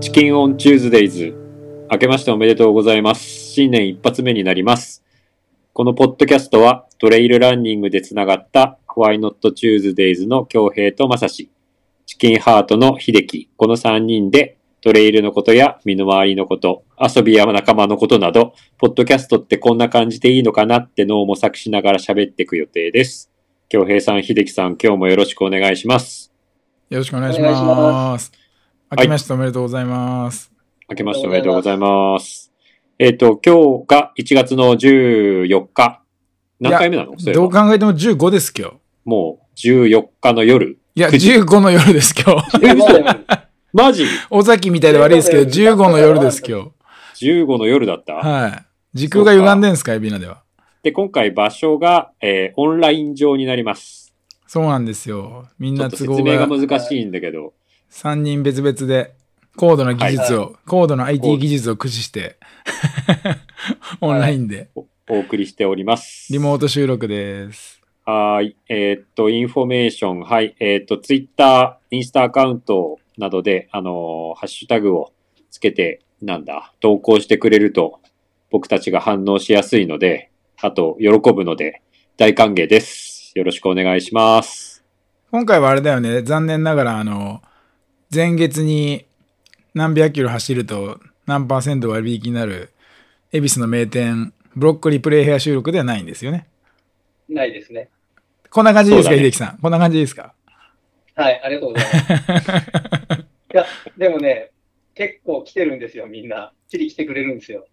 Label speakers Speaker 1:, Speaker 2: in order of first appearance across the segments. Speaker 1: キンオンチューズデイズ。明けましておめでとうございます。新年一発目になります。このポッドキャストはトレイルランニングでつながった Why Not Tuesdays の京平とまさし、チキンハートの秀樹、この3人でトレイルのことや身の回りのこと、遊びや仲間のことなど、ポッドキャストってこんな感じでいいのかなってのを模索しながら喋っていく予定です。京平さん、秀樹さん、今日もよろしくお願いします。
Speaker 2: よろしくお願いし
Speaker 3: お願いし
Speaker 2: ま。
Speaker 3: ます
Speaker 2: 明けましておめでとうございます。
Speaker 1: 明けましておめでとうございます。えっ、と、今日が1月の14日。何回目なのそれ
Speaker 2: どう考えても15です、今日。
Speaker 1: もう14日の夜。
Speaker 2: いや、
Speaker 1: 9時
Speaker 2: 15の夜です、今 日。
Speaker 1: マジ
Speaker 2: 尾崎みたいで悪いですけど、15の夜です、今日。
Speaker 1: ?15 の夜だった、
Speaker 2: はい。時空が歪んでんすか、エビナでは。
Speaker 1: で、今回場所が、えーオンライン上になります。
Speaker 2: そうなんですよ。みん
Speaker 1: ちょ
Speaker 2: な
Speaker 1: っと
Speaker 2: 都
Speaker 1: 説
Speaker 2: 合
Speaker 1: 明が
Speaker 2: が
Speaker 1: 難しいんだけど、
Speaker 2: 3人別々で、高度な技術を、高度な IT 技術を駆使して、 オンラインで、
Speaker 1: おお送りしております。
Speaker 2: リモート収録です。
Speaker 1: はーい。えーっと、インフォメーション。はい。えーっと、ツイッター、インスタアカウントなどで、あのーハッシュタグをつけて、なんだ、投稿してくれると、僕たちが反応しやすいので、あと、喜ぶので、大歓迎です。よろしくお願いします。
Speaker 2: 今回はあれだよね残念ながらあの前月に何百キロ走ると何パーセント割引になる恵比寿の名店ブロッコリープレイヘア収録ではないんですよね
Speaker 3: ないですね。
Speaker 2: こんな感じですか、
Speaker 1: そうだね
Speaker 2: 秀樹さんこんな感じですか
Speaker 3: はい、ありがとうございます。いや、でもね、結構来てるんですよ、みんな。チリ来てくれるんですよ。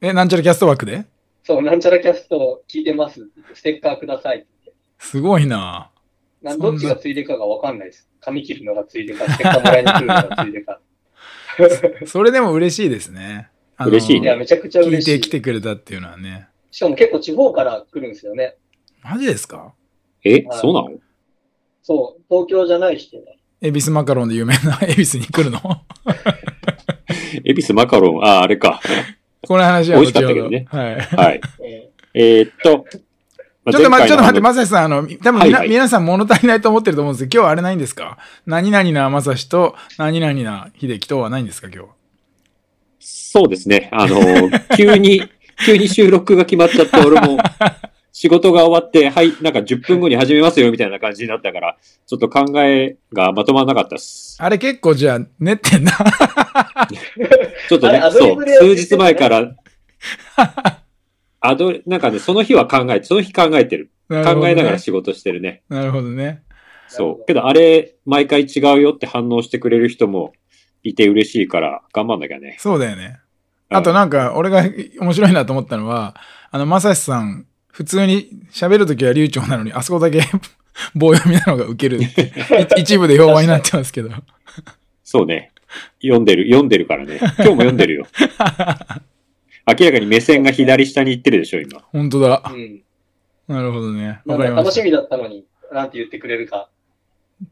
Speaker 2: えなんちゃらキャスト枠で
Speaker 3: そう、なんちゃらキャスト聞いてます。ステッカーください。
Speaker 2: すごいな
Speaker 3: な
Speaker 2: そんな
Speaker 3: どっちがついでかがわかんないです。髪切るのがついでか、ステッカーもらいに来るのがついでか。
Speaker 2: それでも嬉しいですねあの
Speaker 1: 嬉しい
Speaker 3: いや、
Speaker 1: ね
Speaker 3: めちゃくちゃ
Speaker 2: 聞い
Speaker 3: 嬉
Speaker 2: て
Speaker 3: し
Speaker 2: き
Speaker 3: い。
Speaker 2: てくれたっていうのはね
Speaker 3: しかも結構地方から来るんですよね。
Speaker 2: マジですか
Speaker 1: え、
Speaker 3: はい
Speaker 1: そうなの
Speaker 3: そう、東京じゃない人ね。
Speaker 2: 恵比寿マカロンで有名な 恵比寿に来るの
Speaker 1: エビスマカロン、あ、あれか。
Speaker 2: この話は
Speaker 1: 美味しかったけどね
Speaker 2: はい
Speaker 1: はい。
Speaker 3: え
Speaker 1: えーっと、まあ
Speaker 2: ちょっと待って、ちょ
Speaker 1: 前回
Speaker 2: っと待って、
Speaker 1: の話
Speaker 2: まさしさん、あの、み多分
Speaker 1: はい
Speaker 2: みな、
Speaker 1: はい
Speaker 2: 皆さん物足りないと思ってると思うんですけど、今日はあれないんですか何々なまさしと、何々な秀樹とはないんですか、今日は。
Speaker 1: そうですね。あのー、急に、急に収録が決まっちゃって、俺も仕事が終わって、はい、なんか10分後に始めますよ、みたいな感じになったから、ちょっと考えがまとまらなかったです。
Speaker 2: あれ結構じゃあ、練ってんな。
Speaker 1: ちょっとね
Speaker 3: あれア、ド
Speaker 1: そ
Speaker 3: リブ
Speaker 1: う、
Speaker 3: でやって
Speaker 1: 数
Speaker 3: る
Speaker 1: 日前から、あど、なんかね、その日は考えて、その日考えてる。
Speaker 2: なるほど
Speaker 1: 考
Speaker 2: ね
Speaker 1: えながら仕事してるね。
Speaker 2: なるほどね。
Speaker 1: そう。けど、あれ、毎回違うよって反応してくれる人もいて嬉しいから、頑張んなきゃね。
Speaker 2: そうだよね。
Speaker 1: うん
Speaker 2: あとなんか、俺が面白いなと思ったのは、あの、まさしさん、普通に喋るときは流暢なのに、あそこだけ 棒読みなのがウケる って、い一部で評判になってますけど。
Speaker 1: そうね。読んでる、読んでるからね。今日も読んでる よ。明らかに目線が左下に行ってるでしょ、今。
Speaker 2: 本当だ
Speaker 3: う。ん。
Speaker 2: なるほどね。
Speaker 3: な
Speaker 2: わか
Speaker 3: ん
Speaker 2: り
Speaker 3: か
Speaker 2: ま
Speaker 3: 楽
Speaker 2: し。
Speaker 3: したみだったのに、なんて言ってくれるか。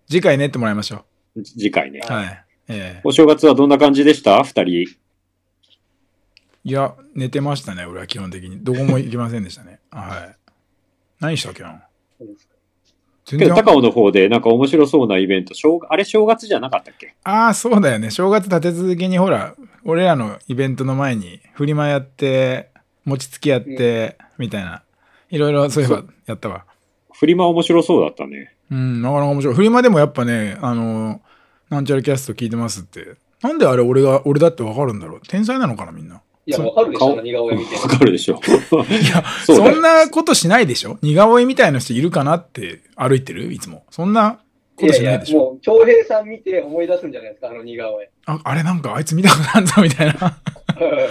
Speaker 2: 次回練ってもらいましょ
Speaker 1: じ次回ね。
Speaker 2: う。はい。ええ
Speaker 1: お正月はどんな感じでした二人。
Speaker 2: いや、寝てましたね、俺は基本的に。どこも行きませんでしたね。 はい。何したっけな
Speaker 3: そうです
Speaker 2: 全
Speaker 1: け
Speaker 2: 然
Speaker 1: ど、。高尾の方でなんか面白そうなイベント、正あれ正月じゃなかったっけ
Speaker 2: ああ、そうだよね。正月立て続けに、ほら、俺らのイベントの前に、フリマやって、餅つきやって、みたいな。いろいろ、そういえば、やったわ。
Speaker 1: フリマ面白そうだったね。
Speaker 2: うん、なかなか面白い。フリマでもやっぱね、あの、なんちゃらキャスト聞いてますって。なんであれ俺が、俺だってわかるんだろう。天才なのかな、みんな。
Speaker 3: いや、
Speaker 2: そう
Speaker 3: わかるでし
Speaker 1: 顔
Speaker 3: ょ、似顔絵見て。
Speaker 1: わかるでしょ。
Speaker 2: いや、
Speaker 1: そうだ
Speaker 2: そ
Speaker 1: よ
Speaker 2: んなことしないでしょ似顔絵みたいな人いるかなって歩いてるいつも。そんないこと
Speaker 3: や
Speaker 2: し
Speaker 3: い
Speaker 2: ない
Speaker 3: や
Speaker 2: でしょ、
Speaker 3: もう、京平さん見て思い出すんじゃないですか、あの似顔絵。
Speaker 2: ああれなんかあいつ見たことあるぞみたいな。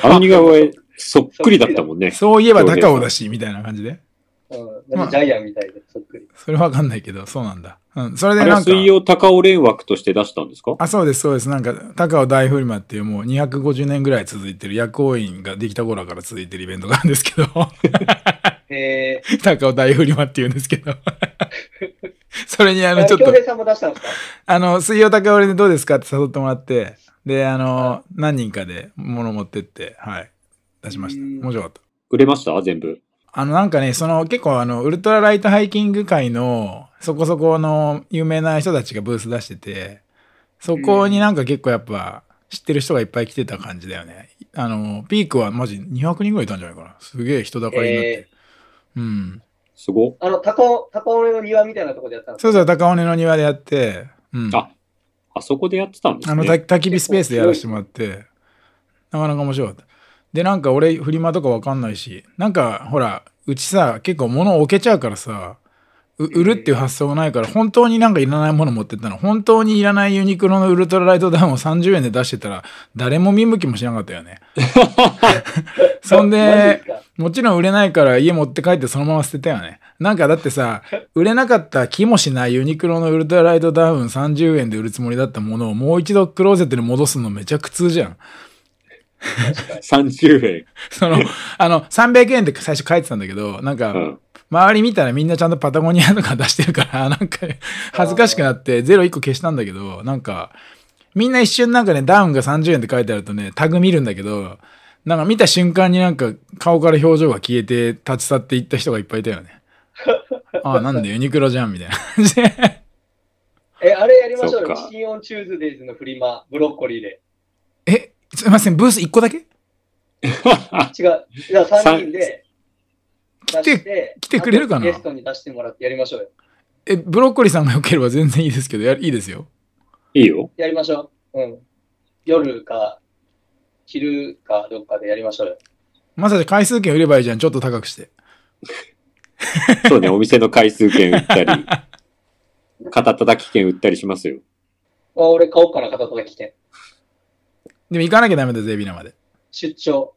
Speaker 1: あの似 顔絵、そっくりだったもんね。
Speaker 2: そういえば高尾だし、みたいな感じで。
Speaker 3: うん、なんかジャイアンみたいで、そっくり。
Speaker 2: それわかんないけど、そうなんだ。うん、それ
Speaker 1: あ
Speaker 2: で
Speaker 1: れ
Speaker 2: な
Speaker 1: は
Speaker 2: んか。
Speaker 1: 水曜高尾連枠として出したんですか
Speaker 2: あ、そうです、そうです。なんか、高尾大フリマっていうもう250年ぐらい続いてる、薬王院ができた頃から続いてるイベントがあるんですけど、
Speaker 3: へえ。
Speaker 2: 高尾大フリマっていうんですけど。 それにあの、ちょっ
Speaker 3: 京
Speaker 2: と、
Speaker 3: 平さんも出したんですか
Speaker 2: あの、水曜高尾でどうですかって誘ってもらって、で、あの、何人かで物持ってって、はい、出しました。
Speaker 3: うん
Speaker 2: 面白かった。
Speaker 1: 売れました全部。
Speaker 2: あのなんかね、その結構あの、ウルトラライトハイキング界のそこそこの有名な人たちがブース出してて、そこになんか結構やっぱ知ってる人がいっぱい来てた感じだよね。あの、ピークはマジ200人ぐらいいたんじゃないかな。すげえ人だかりになって。うん。
Speaker 1: すご。
Speaker 3: あの、タコ、タコの庭みたいなとこでやったんです
Speaker 2: そう
Speaker 3: か
Speaker 2: そう、高尾根の庭でやって、うん。
Speaker 1: あ、あそこでやってたんですね。
Speaker 2: あの、た焚き火スペースでやらせてもらって、なかなか面白かった。で、なんか俺、フリマとかわかんないし、なんか、ほら、うちさ、結構物を置けちゃうからさ、う売るっていう発想がないから、本当になんかいらないもの持ってったの。本当にいらないユニクロのウルトラライトダウンを30円で出してたら、誰も見向きもしなかった よね。そん
Speaker 3: マジ
Speaker 2: で
Speaker 3: です、か
Speaker 2: もちろん売れないから家持って帰ってそのまま捨てたよね。なんかだってさ、売れなかった気もしないユニクロのウルトラライトダウン30円で売るつもりだったものをもう一度クローゼットに戻すのめちゃ苦痛じゃん。
Speaker 1: 30円。
Speaker 2: その、あの、300円って最初書いてたんだけど、なん
Speaker 1: う
Speaker 2: か
Speaker 1: ん、
Speaker 2: 周り見たらみんなちゃんとパタゴニアとか出してるから、 なんか、恥ずかしくなってゼロ1個消したんだけど、なんか、みんな一瞬なんかね、ダウンが30円って書いてあるとね、タグ見るんだけど、なんか見た瞬間になんか顔から表情が消えて立ち去っていった人がいっぱいいたよね。 ああ、なんでユニクロじゃんみたいな 感じで。
Speaker 3: え、あれやりましょう
Speaker 1: そ
Speaker 3: よ。
Speaker 1: っか
Speaker 3: チキンオンチューズデイズのフリマ、ブロッコリーで。
Speaker 2: え、すいません、ブース1個だけ
Speaker 3: 違う。じゃあ3人で
Speaker 2: さん
Speaker 3: 出
Speaker 2: 来
Speaker 3: して、
Speaker 2: て来てくれるかな
Speaker 3: ゲストに出してもらってやりましょうよ。
Speaker 2: え、ブロッコリーさんが良ければ全然いいですけど、やいいですよ。
Speaker 1: いいよ。
Speaker 3: やりましょう。うん。夜か、昼かどっかでやりましょうよ。
Speaker 2: まさし回数券売ればいいじゃん、ちょっと高くして。
Speaker 1: そうね、お店の回数券売ったり、肩叩き券売ったりしますよ。
Speaker 3: あ俺買おうかな、片手で来て。
Speaker 2: でも行かなきゃダメだぜ、ビナまで。
Speaker 3: 出張。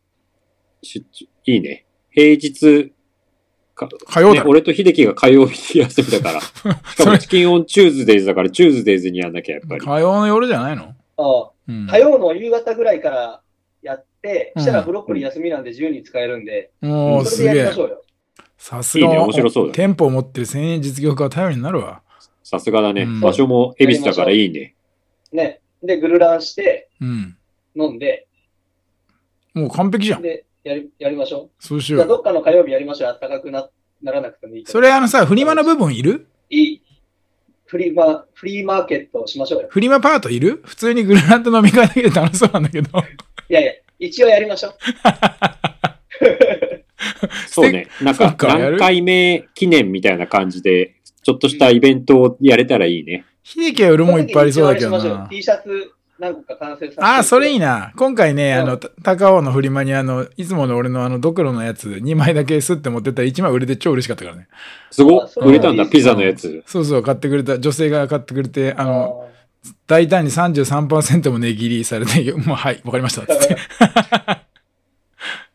Speaker 1: 出張いいね。平日か、
Speaker 2: 火曜
Speaker 1: ね
Speaker 2: だ、ろ。
Speaker 1: 俺と秀樹が火曜日休みだ から。しか
Speaker 2: そ
Speaker 1: も
Speaker 2: れ
Speaker 1: チキンオンチューズデイズだから、チューズデイズにやんなきゃやっぱり。
Speaker 2: 火曜の夜じゃないの
Speaker 3: あ
Speaker 2: うん。
Speaker 3: 火曜の夕方ぐらいからやって、
Speaker 2: うん
Speaker 3: したらブロッコリー休みなんで自由に使えるんで、
Speaker 2: もう
Speaker 3: そ
Speaker 2: す
Speaker 3: れで
Speaker 2: げ
Speaker 3: やりま
Speaker 2: え
Speaker 3: し。ょうよ。
Speaker 2: さすが
Speaker 1: いいね面白そうだ
Speaker 2: 店舗を持ってる千円実業家は頼りになるわ。
Speaker 1: さすがだね。
Speaker 2: うん
Speaker 1: 場所も恵比寿だからいいね。
Speaker 3: ね。で、グルランして、
Speaker 2: うん。
Speaker 3: 飲んで、
Speaker 2: もう完璧じゃん。
Speaker 3: で、やりやりましょう。
Speaker 2: そうし
Speaker 3: じゃあ、ど
Speaker 2: よう。
Speaker 3: っかの火曜日やりましょう。暖かくなならなくてもいいけど
Speaker 2: それあのさ、フリマの部分いる
Speaker 3: いい。フリーマ、フリーマーケットをしましょうよ。
Speaker 2: フリマパートいる普通にグルラント飲み会だけで楽しそうなんだけど。
Speaker 3: いやいや、一応やりましょう。
Speaker 1: そうね。なん
Speaker 2: そ
Speaker 1: か
Speaker 2: っ、かや
Speaker 1: 何
Speaker 2: る
Speaker 1: 回目記念みたいな感じで、ちょっとしたイベントをやれたらいいね。
Speaker 2: 秀樹は売るもんいっぱいありそうだけど
Speaker 3: その時に一応あれし
Speaker 2: な
Speaker 3: ましょう。T シャツ何個か完成させて。
Speaker 2: ああ、それいい
Speaker 3: い。
Speaker 2: な。今回ね、あ
Speaker 3: う
Speaker 2: の、
Speaker 3: ん
Speaker 2: た高尾のフリマにあの、いつもの俺のあの、ドクロのやつ2枚だけスッて持ってったら1枚売れて超嬉しかったからね。
Speaker 1: すごっ
Speaker 3: あそれ
Speaker 1: 売れたんだ、
Speaker 3: いい
Speaker 1: ピザのやつ。
Speaker 2: そうそう、買ってくれた、女性が買ってくれて、あ
Speaker 3: あ
Speaker 2: の、大胆に33%も値切りされて、 もうはい、わかりました。つって。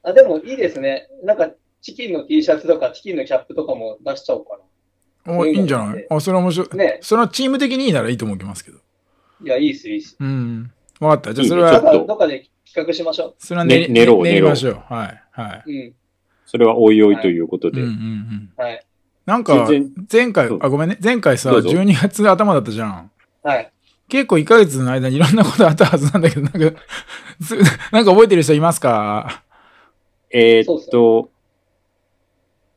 Speaker 3: あでもいいですね。なんか、チキンの T シャツとか、チキンのキャップとかも出しちゃおうか
Speaker 2: おいいんじゃないあ、それは面白い。
Speaker 3: な。ね。
Speaker 2: そのチーム的にいいならいいと思いますけど。
Speaker 3: いや、いいっす、いいっす。
Speaker 2: うん。わかった。じゃあそれ
Speaker 1: いい
Speaker 3: ど
Speaker 1: ねち
Speaker 3: っ
Speaker 1: ょっ
Speaker 2: は、
Speaker 3: か、
Speaker 1: と
Speaker 3: どっかで企画しましょ
Speaker 2: それは練り
Speaker 1: ね練ろう
Speaker 2: 練
Speaker 1: 練
Speaker 2: り
Speaker 1: ろう
Speaker 2: ましょう。はい。はい。
Speaker 3: う。うん。
Speaker 1: それはおいおいということ
Speaker 2: うん
Speaker 1: で。
Speaker 2: うんうん。
Speaker 3: はい。
Speaker 2: なんか
Speaker 1: 全、
Speaker 2: 前回、あ
Speaker 1: そう、
Speaker 2: ごめんね。前回さ、
Speaker 1: どうぞ
Speaker 2: 12月頭だったじゃん。
Speaker 3: はい。
Speaker 2: 結構1ヶ月の間にいろんなことあったはずなんだけど、なんか、ず なんか覚えてる人いますか
Speaker 1: え
Speaker 3: そう
Speaker 1: ー
Speaker 3: っ
Speaker 1: っ
Speaker 3: す
Speaker 1: と、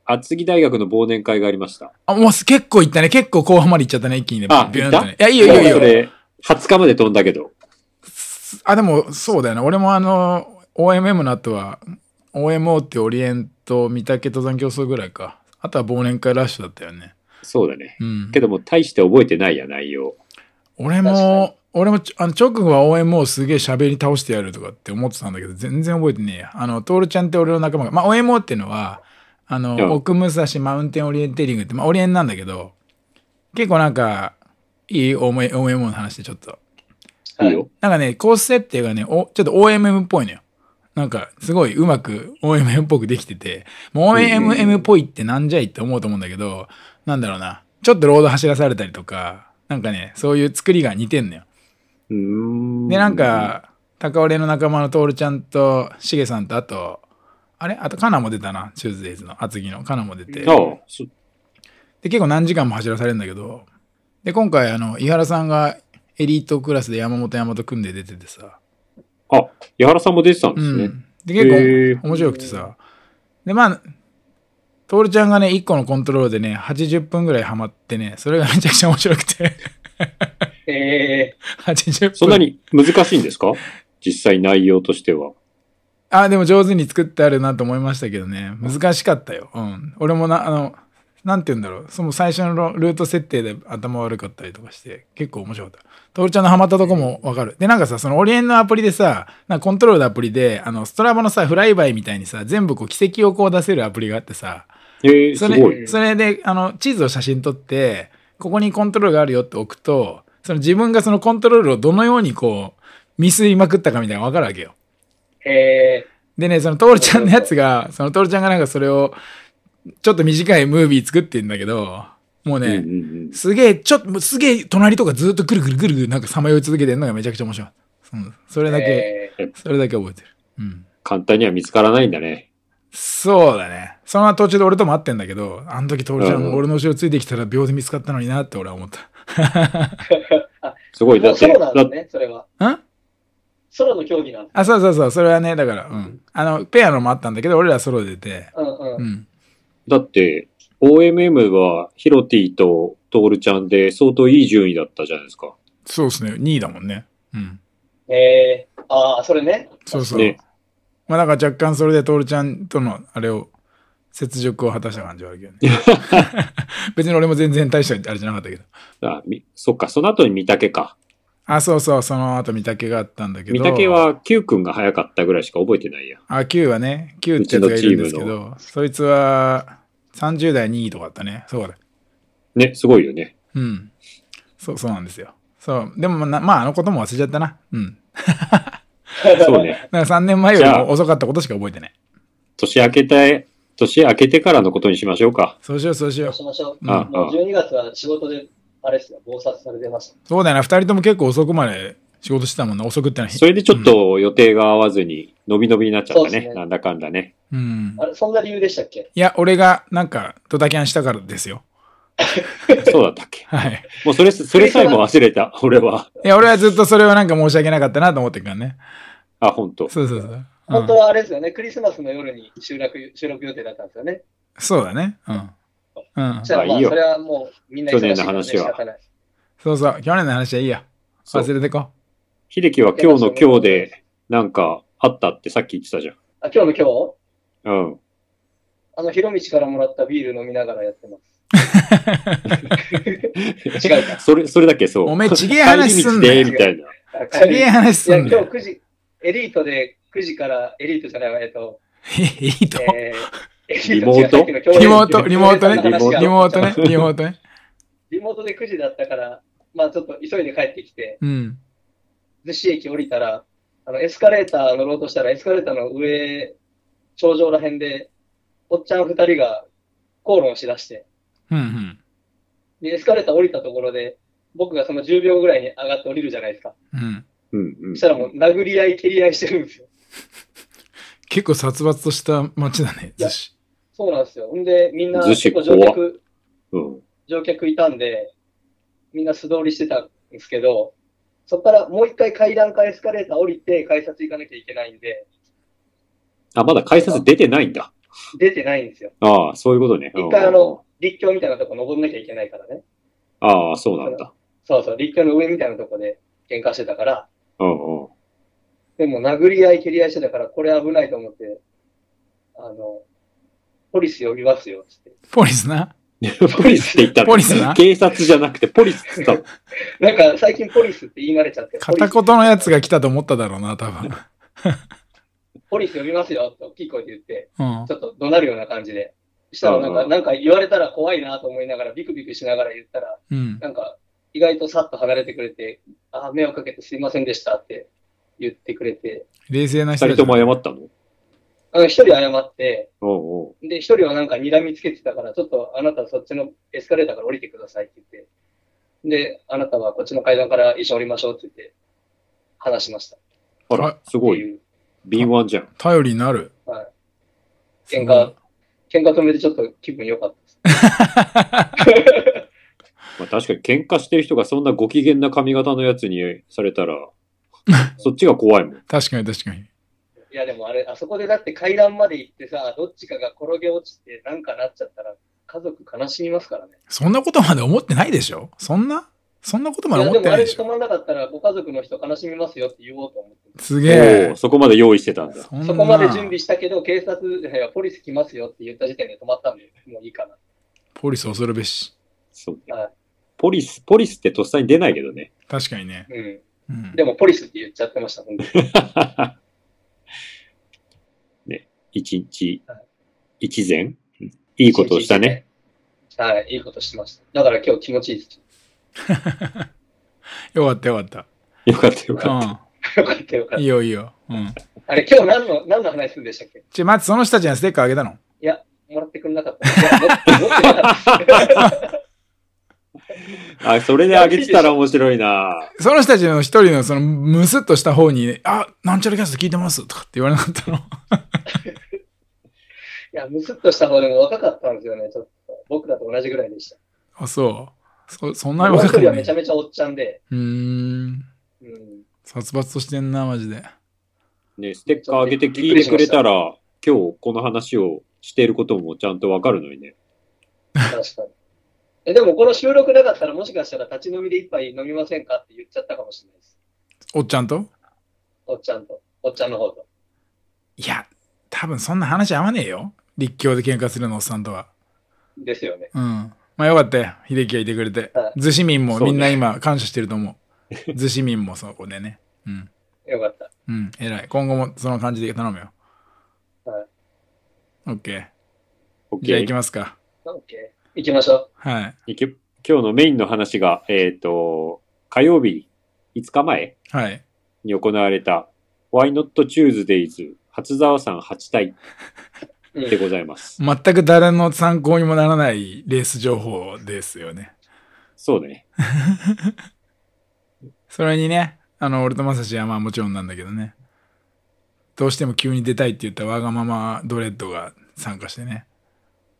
Speaker 1: 厚木大学の忘年会がありました。
Speaker 2: あ、もうす結構行ったね。結構後半まで行っちゃったね、一気にね。
Speaker 1: あ
Speaker 2: ビューンと
Speaker 1: 行
Speaker 2: ね
Speaker 1: っ。
Speaker 2: いや、いいよいいよいい
Speaker 1: そ
Speaker 2: よ。
Speaker 1: れ、20日まで飛んだけど。
Speaker 2: あ、でも、そうだよね。俺もあの、OMM の後は、OMO ってオリエント、御嶽登山競争ぐらいか。あとは忘年会ラッシュだったよね。
Speaker 1: そうだね。
Speaker 2: うん。
Speaker 1: けども、大して覚えてないや、内容。
Speaker 2: 俺
Speaker 3: 確か
Speaker 2: も、俺もちょ、あの、直後は OMO すげえ喋り倒してやるとかって思ってたんだけど、全然覚えてねえや。あの、トールちゃんって俺の仲間が、まあ、OMO っていうのは、あの、
Speaker 1: うん
Speaker 2: 奥武蔵マウンテンオリエンテリングって、まあ、オリエンなんだけど、結構なんか、いい OMO の話でちょっと。
Speaker 1: いいよ。
Speaker 2: なんかね、コース設定がね、おちょっと OMM っぽいのよ。なんか、すごいうまく OMM っぽくできてて、もう OMM っぽいってなんじゃいって思うと思うんだけど、なんだろうな。ちょっとロード走らされたりとか、なんかね、そういう作りが似てんのよ。
Speaker 1: うーん。
Speaker 2: で、なん、か、高俺の仲間の徹ちゃんと、しげさんと、あと、あれあと、カナも出たな。チューズデイズの厚木のカナも出て。
Speaker 1: ああ、そ
Speaker 2: で結構何時間も走らされるんだけどで今回あの井原さんがエリートクラスで山本山と組んで出ててさ、
Speaker 1: あ、矢原さんも出てたんで
Speaker 2: う
Speaker 1: すね。
Speaker 2: ん、で結構、
Speaker 1: へー
Speaker 2: 面白くてさでまあ徹ちゃんがね1個のコントロールでね80分ぐらいハマってねそれがめちゃくちゃ面白くて
Speaker 3: え
Speaker 2: 80分
Speaker 1: そんなに難しいんですか実際内容としては。
Speaker 2: あ、でも上手に作ってあるなと思いましたけどね。難しかったよ。うん。俺もな、あの、なんて言うんだろう。その最初のルート設定で頭悪かったりとかして、結構面白かった。トールちゃんのハマったとこもわかる。で、なんかさ、そのオリエンのアプリでさ、なんかコントロールのアプリで、あの、ストラバのさ、フライバイみたいにさ、全部こう、軌跡をこう出せるアプリがあってさ、
Speaker 1: えー、す
Speaker 2: そ
Speaker 1: ご
Speaker 2: れ
Speaker 1: い。
Speaker 2: それであの地図を写真撮ってここにコントロールがあるよって置くとその自分がそのコントロールをどのようにこうミスりまくったかみたいなのが分かるわけよ。
Speaker 3: へえ。
Speaker 2: でねそのトールちゃんのやつがそのトールちゃんがなんかそれをちょっと短いムービー作ってんだけどもうね、
Speaker 1: うんうんうん、
Speaker 2: すげえちょっともうすげえ隣とかずっとぐるぐるぐるぐるなんかさまよい続けてるのがめちゃくちゃ面白い。うんそれだけ、
Speaker 3: え
Speaker 2: それだけ覚えてる。うん
Speaker 1: 簡単には見つからないんだね。
Speaker 2: そうだね。その途中で俺とも会ってんだけど、あの時、トールちゃん
Speaker 1: うんう
Speaker 2: も
Speaker 1: ん
Speaker 2: 俺の後ろついてきたら秒で見つかったのになって俺は思っ
Speaker 1: すごい。
Speaker 3: ーも
Speaker 1: だって、
Speaker 3: うソロなん
Speaker 1: だ
Speaker 3: だ
Speaker 1: って
Speaker 3: ね、それは。
Speaker 2: た。ん
Speaker 3: ソロの競技なんだ。
Speaker 2: あ、そうそうそう、それはね、だから、うん。あの、ペアのもあったんだけど、俺らソロで出て、
Speaker 3: うんうん。
Speaker 2: うん。
Speaker 1: だって、OMM はヒロティとトールちゃんで相当いい順位だったじゃないですか。
Speaker 2: そうですね、2位だもんね。うん。
Speaker 3: えー、ああ、それね。
Speaker 2: そうそう。
Speaker 1: ね
Speaker 2: まあ、だから若干それでトールちゃんとの、あれを、雪辱を果たした感じはあるけどね。 別に俺も全然大したあれじゃなかったけど。
Speaker 1: あみそっか、その後に三宅か。
Speaker 2: あ、そうそう、その後、三宅があったんだけど。
Speaker 1: 三宅は Q 君が早かったぐらいしか覚えてないや。
Speaker 2: あ、9はね、9ってやつがいるんですけ
Speaker 1: うちのチ
Speaker 2: ど、そいつは30代2位とかだったね。そうだ。
Speaker 1: ね、すごいよね。
Speaker 2: うん。そう、そうなんですよ。そう。でもな、まあ、あのことも忘れちゃったな。うん。
Speaker 1: そうね。
Speaker 2: だから3年前より
Speaker 1: じゃあ
Speaker 2: も遅かったことしか覚えてない。
Speaker 1: 年明けたい、年明けてからのことにしましょうか。
Speaker 2: そうしよう、そうし
Speaker 3: そ
Speaker 2: よ
Speaker 3: う
Speaker 2: う。
Speaker 3: しましょう。
Speaker 2: うん
Speaker 1: あ
Speaker 3: も
Speaker 1: あ
Speaker 3: う12月は仕事で、あれですよ、暴殺されてました。
Speaker 2: そうだよな、2人とも結構遅くまで仕事してたもんな、遅くってのは。
Speaker 1: それでちょっと予定が合わずに、伸び伸びになっちゃった
Speaker 3: そうで
Speaker 1: ね。
Speaker 3: すね
Speaker 1: なんだかんだね。
Speaker 2: うん
Speaker 3: あ。れ、そんな理由でしたっけ
Speaker 2: いや、俺がなんか、ドタキャンしたからですよ。
Speaker 1: そうだったっけ。
Speaker 2: はい。
Speaker 1: もうそれ、 それさえも忘れた、俺は。
Speaker 2: いや、俺はずっとそれはなんか申し訳なかったなと思ってるからね。
Speaker 1: あ、本当。
Speaker 2: そうそうそう。う
Speaker 3: 本当
Speaker 2: ん、
Speaker 3: はあれですよね、クリスマスの夜に収録収録予定だったんですよね。
Speaker 2: そうだね。うん。うん
Speaker 3: そし。たら、ま
Speaker 1: あ
Speaker 3: あ、
Speaker 1: いいよ
Speaker 3: それはもうみんな忙しいから
Speaker 1: 去年の話は
Speaker 3: 仕方ない
Speaker 2: そうそう。去年の話はいいや。
Speaker 1: そう
Speaker 2: 忘れてこう。
Speaker 1: 秀樹は今日の今日で、なんか、あったってさっき言ってたじ
Speaker 3: あ今日の
Speaker 1: ゃ
Speaker 3: 今日
Speaker 1: ん。うん。
Speaker 3: あの、ひろみちからもらったビール飲みながらやってます。違う か。
Speaker 1: それ、それだけそう。
Speaker 2: おめえちげえ話すんな
Speaker 1: 帰
Speaker 2: よ
Speaker 1: り道で、みたいな。
Speaker 3: あ
Speaker 2: ちげえ話
Speaker 3: いや、
Speaker 2: すん
Speaker 3: 今
Speaker 2: だ
Speaker 3: 日
Speaker 2: よ。
Speaker 3: 9時、エリートで9時から、エリートじゃないわ、え っと、
Speaker 2: いいと。
Speaker 3: えー、
Speaker 1: リモート
Speaker 3: エリート違う
Speaker 2: リモート、リモートね。
Speaker 1: リモート
Speaker 2: リモート ね。。リモートね。
Speaker 3: リモートで9時だったから、まあちょっと急いで帰ってきて、
Speaker 2: うん。
Speaker 3: 逗子駅降りたら、あの、エスカレーター乗ろうとしたら、エスカレーターの上、頂上ら辺で、おっちゃん二人が口論しだして、
Speaker 2: うんうん。
Speaker 3: で、エスカレーター降りたところで、僕がその10秒ぐらいに上がって降りるじゃないですか。
Speaker 2: うん、
Speaker 1: うんうん
Speaker 3: そし。たらもう殴り合い、蹴り合いしてるんですよ。
Speaker 2: 結構殺伐とした街だね、逗子。
Speaker 3: そうなんですよ。んで、みんな、
Speaker 1: 逗子
Speaker 3: 結構乗客、
Speaker 1: うん。
Speaker 3: 乗客いたんで、みんな素通りしてたんですけど、そこからもう一回階段かエスカレーター降りて、改札行かなきゃいけないんで、
Speaker 1: あ、まだ改札出てないんだ。
Speaker 3: 出てないんですよ。
Speaker 1: ああ、そういうことね。
Speaker 3: 一回あ
Speaker 1: うん
Speaker 3: の、立教みたいなとこ登んなきゃいけないからね。
Speaker 1: ああ、そうなんだ。
Speaker 3: そうそう、立教の上みたいなとこで喧嘩してたから、
Speaker 1: うんうん。
Speaker 3: でも殴り合い蹴り合いしてたから、これ危ないと思って、あの、ポリス呼びますよ、つって。
Speaker 2: ポリスな。
Speaker 1: ポリスって言ったの
Speaker 2: ポリスな
Speaker 1: 警察じゃなくてポリスって 言ったの
Speaker 3: なんか最近ポリスって言い慣れちゃって、ポリ
Speaker 2: 片
Speaker 3: ス
Speaker 2: 言のやつが来たと思っただろうな、多分。
Speaker 3: ポリス呼びますよ、と大きい声で言って、
Speaker 2: うん
Speaker 3: ち。ょっと怒鳴るような感じで。したらなん
Speaker 1: うんう
Speaker 3: か、
Speaker 1: ん
Speaker 3: なんか言われたら怖いなと思いながら、ビクビクしながら言ったら、
Speaker 2: うん。
Speaker 3: なんか、意外とさっと離れてくれて、あー迷惑かけてすいませんでしたって言ってくれて、
Speaker 2: 冷静な人
Speaker 1: 二人
Speaker 2: たち
Speaker 1: とも謝ったの
Speaker 3: あの、一人謝って、
Speaker 1: うんうん。
Speaker 3: で、一人はなんか睨みつけてたから、ちょっとあなたそっちのエスカレーターから降りてくださいって言って、で、あなたはこっちの階段から一緒に降りましょうって言って、話しましたっ
Speaker 1: あ
Speaker 2: は
Speaker 1: ら、す
Speaker 3: て
Speaker 1: ごい。
Speaker 3: いう、
Speaker 1: 敏腕じゃん。
Speaker 2: 頼りになる。
Speaker 3: はい、喧嘩、喧嘩止めてちょっと気分良かったです。
Speaker 1: まあ、確かに喧嘩してる人がそんなご機嫌な髪型のやつにされた ら、そっちが怖いもん。
Speaker 2: 確かに確かに。
Speaker 3: いやでもあれ、あそこでだって階段まで行ってさ、どっちかが転げ落ちてなんかなっちゃったら、家族悲しみますからね。
Speaker 2: そんなことまで思ってないでしょそんなそんなことま
Speaker 3: い
Speaker 2: で
Speaker 3: や、
Speaker 2: 思
Speaker 3: で
Speaker 2: って
Speaker 3: も
Speaker 2: な
Speaker 3: あ
Speaker 2: いで
Speaker 3: れ
Speaker 2: し
Speaker 3: で
Speaker 2: ょ
Speaker 3: 止。まんなかったら、ご家族の人悲しみますよって言おうと思って
Speaker 2: すげ
Speaker 1: お
Speaker 2: え
Speaker 1: お。そこまで用意してたんだ。
Speaker 2: んな
Speaker 3: そこまで準備したけど、警察、いやいやポリス来ますよって言った時点で止まったんで、もういいか
Speaker 2: ポリス恐るべし。
Speaker 1: そう
Speaker 3: な。はい
Speaker 1: ポリス、ポリスってとっさに出ないけどね。
Speaker 2: 確かにね。
Speaker 3: うん、
Speaker 2: うん
Speaker 3: でも、ポリスって言っちゃってました、本当に。
Speaker 1: ね、一日
Speaker 3: はい、
Speaker 1: 一善うんいいことをしたね。
Speaker 3: はい、いいことしました。だから今日気持ちいいです。
Speaker 2: よかったよかった。
Speaker 1: よかったよかった。
Speaker 3: よかったよか
Speaker 2: う
Speaker 3: っ
Speaker 2: ん。いいよいいよ。うん。
Speaker 3: た。あれ、今日何の、何の話するんでしたっけ
Speaker 2: ちょ、待って、その人たちにはステッカーあげたの
Speaker 3: もらってくれなかった。いや持って持ってなかったです
Speaker 1: あ、それであげてたら面白いな。
Speaker 2: その人たちの一人のそのムスッとした方に、あ、なんちゃらキャスト聞いてますとかって言われなかったの
Speaker 3: いや、むすっとした方でも若かったんですよね、ちょっと。僕らと同じぐらいでした。
Speaker 2: あ、そう。そ、そんな
Speaker 3: も
Speaker 2: に
Speaker 3: う一
Speaker 2: 若く
Speaker 3: 人は
Speaker 2: ない。
Speaker 3: めちゃめちゃおっちゃんで。
Speaker 2: うーん。
Speaker 3: うん、
Speaker 2: 殺伐としてんな、マジで。
Speaker 1: ね、ステッカーあげて聞いてくれたら、今日この話をしていることもちゃんとわかるのにね。
Speaker 3: 確かに。え、でもこの収録なかったら、もしかしたら立ち飲みで一杯飲みませんかって言っちゃったかもしれないです。
Speaker 2: おっちゃんと
Speaker 3: おっちゃんと、おっちゃんの方と。
Speaker 2: いや、多分そんな話合わねえよ。立教で喧嘩するのおっさんとは。
Speaker 3: ですよね。
Speaker 2: うん。まあよかったよ。秀樹がいてくれて
Speaker 3: は。い
Speaker 2: 逗子民も
Speaker 1: そう
Speaker 2: み
Speaker 1: ね
Speaker 2: んな今感謝してると思 う。逗子民もそこでね。うん。
Speaker 3: よかった。
Speaker 2: うん。偉い。今後もその感じで頼むよ。
Speaker 3: はい。
Speaker 2: オッケー。じゃ
Speaker 1: OK
Speaker 2: あ行き。ますか。
Speaker 3: オッケー。行きましょ
Speaker 2: はい。
Speaker 1: いけ今日のメインの話が、えっ、と、火曜日5日前
Speaker 2: はい。
Speaker 1: に行われた Why Not Tuesdays 初沢さん8体
Speaker 3: う。うん
Speaker 1: でございます。
Speaker 2: 全く誰の参考にもならないレース情報ですよね。
Speaker 1: そうね。
Speaker 2: それにね、あの、俺とまさしはまあもちろんなんだけどね。どうしても急に出たいって言ったわがままドレッドが参加してね。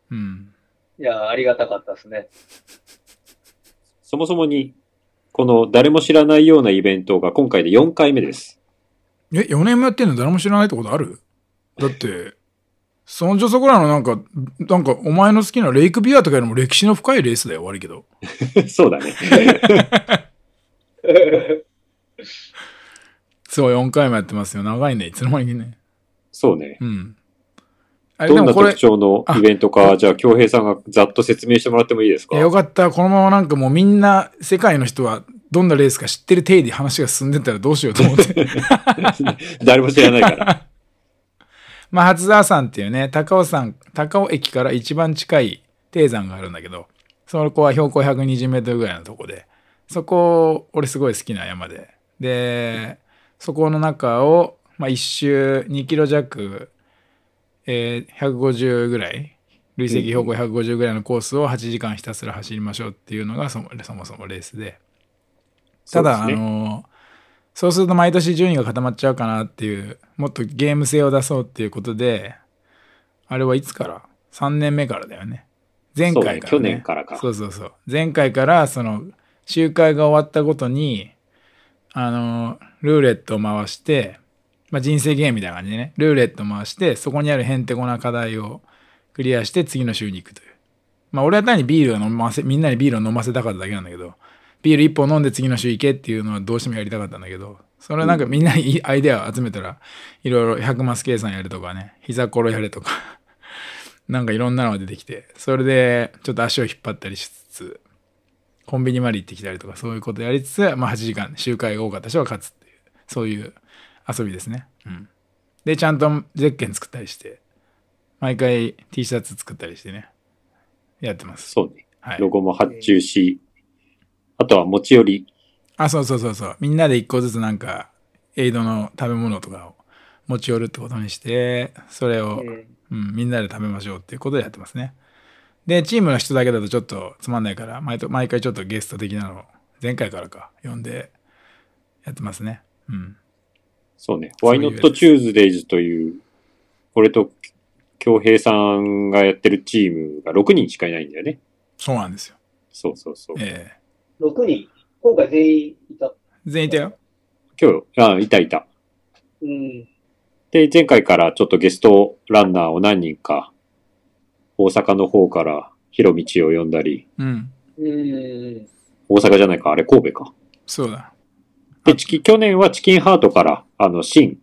Speaker 2: うん。
Speaker 3: いや、ありがたかったですね。
Speaker 1: そもそもに、この誰も知らないようなイベントが今回で4回目です。
Speaker 2: え、4年もやってんの誰も知らないってことあるだって、その女そこらのなんか、なんかお前の好きなレイクビアとかよりも歴史の深いレースだよ、悪いけど。
Speaker 1: そうだね。
Speaker 2: そう、4回もやってますよ。長いね。いつの間にね。
Speaker 1: そうね。
Speaker 2: うん。あれ、で
Speaker 1: どん
Speaker 2: も
Speaker 1: な
Speaker 2: これ
Speaker 1: 特、徴のイベントか、じゃあ、京平さんがざっと説明してもらってもいいです
Speaker 2: い
Speaker 1: か
Speaker 2: やよかった。このままなんかもうみんな世界の人はどんなレースか知ってる体で話が進んでったらどうしようと思って。
Speaker 1: 誰も知らない から。
Speaker 2: まあ、初沢山っていうね、高尾山、高尾駅から一番近い低山があるんだけど、そこは標高120メートルぐらいのとこで、そこ、俺すごい好きな山で。で、そこの中を、まあ、一周2キロ弱、えー150ぐらい、累積標高150ぐらいのコースを8時間ひたすら走りましょうっていうのがそもそもそもレースで。ただ、
Speaker 1: そうですね、
Speaker 2: あのそうすると毎年順位が固まっちゃうかなっていうもっとゲーム性を出そうっていうことであれはいつから3年目からだよね前回から、ね
Speaker 1: そうね去年からか
Speaker 2: そうそうそう前回からその集会が終わったごとにあのルーレットを回して、まあ、人生ゲームみたいな感じでねルーレットを回してそこにあるへんてこな課題をクリアして次の週に行くというまあ俺は単にビールを飲ませみんなにビールを飲ませたかっただけなんだけどビール一本飲んで次の週行けっていうのはどうしてもやりたかったんだけど、それはなんかみんなにいいアイデアを集めたら、いろいろ100マス計算やるとかね、膝ころやれとか、 なんかいろんなのが出てきて、それでちょっと足を引っ張ったりしつつ、コンビニまで行ってきたりとかそういうことやりつつ、まあ8時間、周回が多かった人が勝つっていう、そういう遊びですね。うん。で、ちゃんとゼッケン作ったりして、毎回 T シャツ作ったりしてね、やってます。
Speaker 1: そうね。
Speaker 2: はい。
Speaker 1: ロゴも発注し、あとは持ち寄り。
Speaker 2: あ、そうそうそうそう。みんなで一個ずつなんか、エイドの食べ物とかを持ち寄るってことにして、それを、
Speaker 3: うん
Speaker 2: うん、みんなで食べましょうっていうことでやってますね。で、チームの人だけだとちょっとつまんないから、毎と毎回ちょっとゲスト的なのを、前回からか、呼んでやってますね。うん。
Speaker 1: そうね。
Speaker 2: そう
Speaker 1: Why
Speaker 2: いう
Speaker 1: Not Tuesdays という、俺と京平さんがやってるチームが6人しかいないんだよね。
Speaker 2: そうなんですよ。
Speaker 1: そうそうそう。
Speaker 2: ええ
Speaker 3: 6人、今回全員いた。
Speaker 2: 全員いたよ。
Speaker 1: 今日、あ、いたいた。
Speaker 3: うん。
Speaker 1: で、前回からちょっとゲストランナーを何人か、大阪の方から、ひろみちを呼んだり、
Speaker 2: うん。
Speaker 3: うん。
Speaker 1: 大阪じゃないか、あれ神戸か。
Speaker 2: そうだ。
Speaker 1: で、チキ、去年はチキンハートから、あの、シン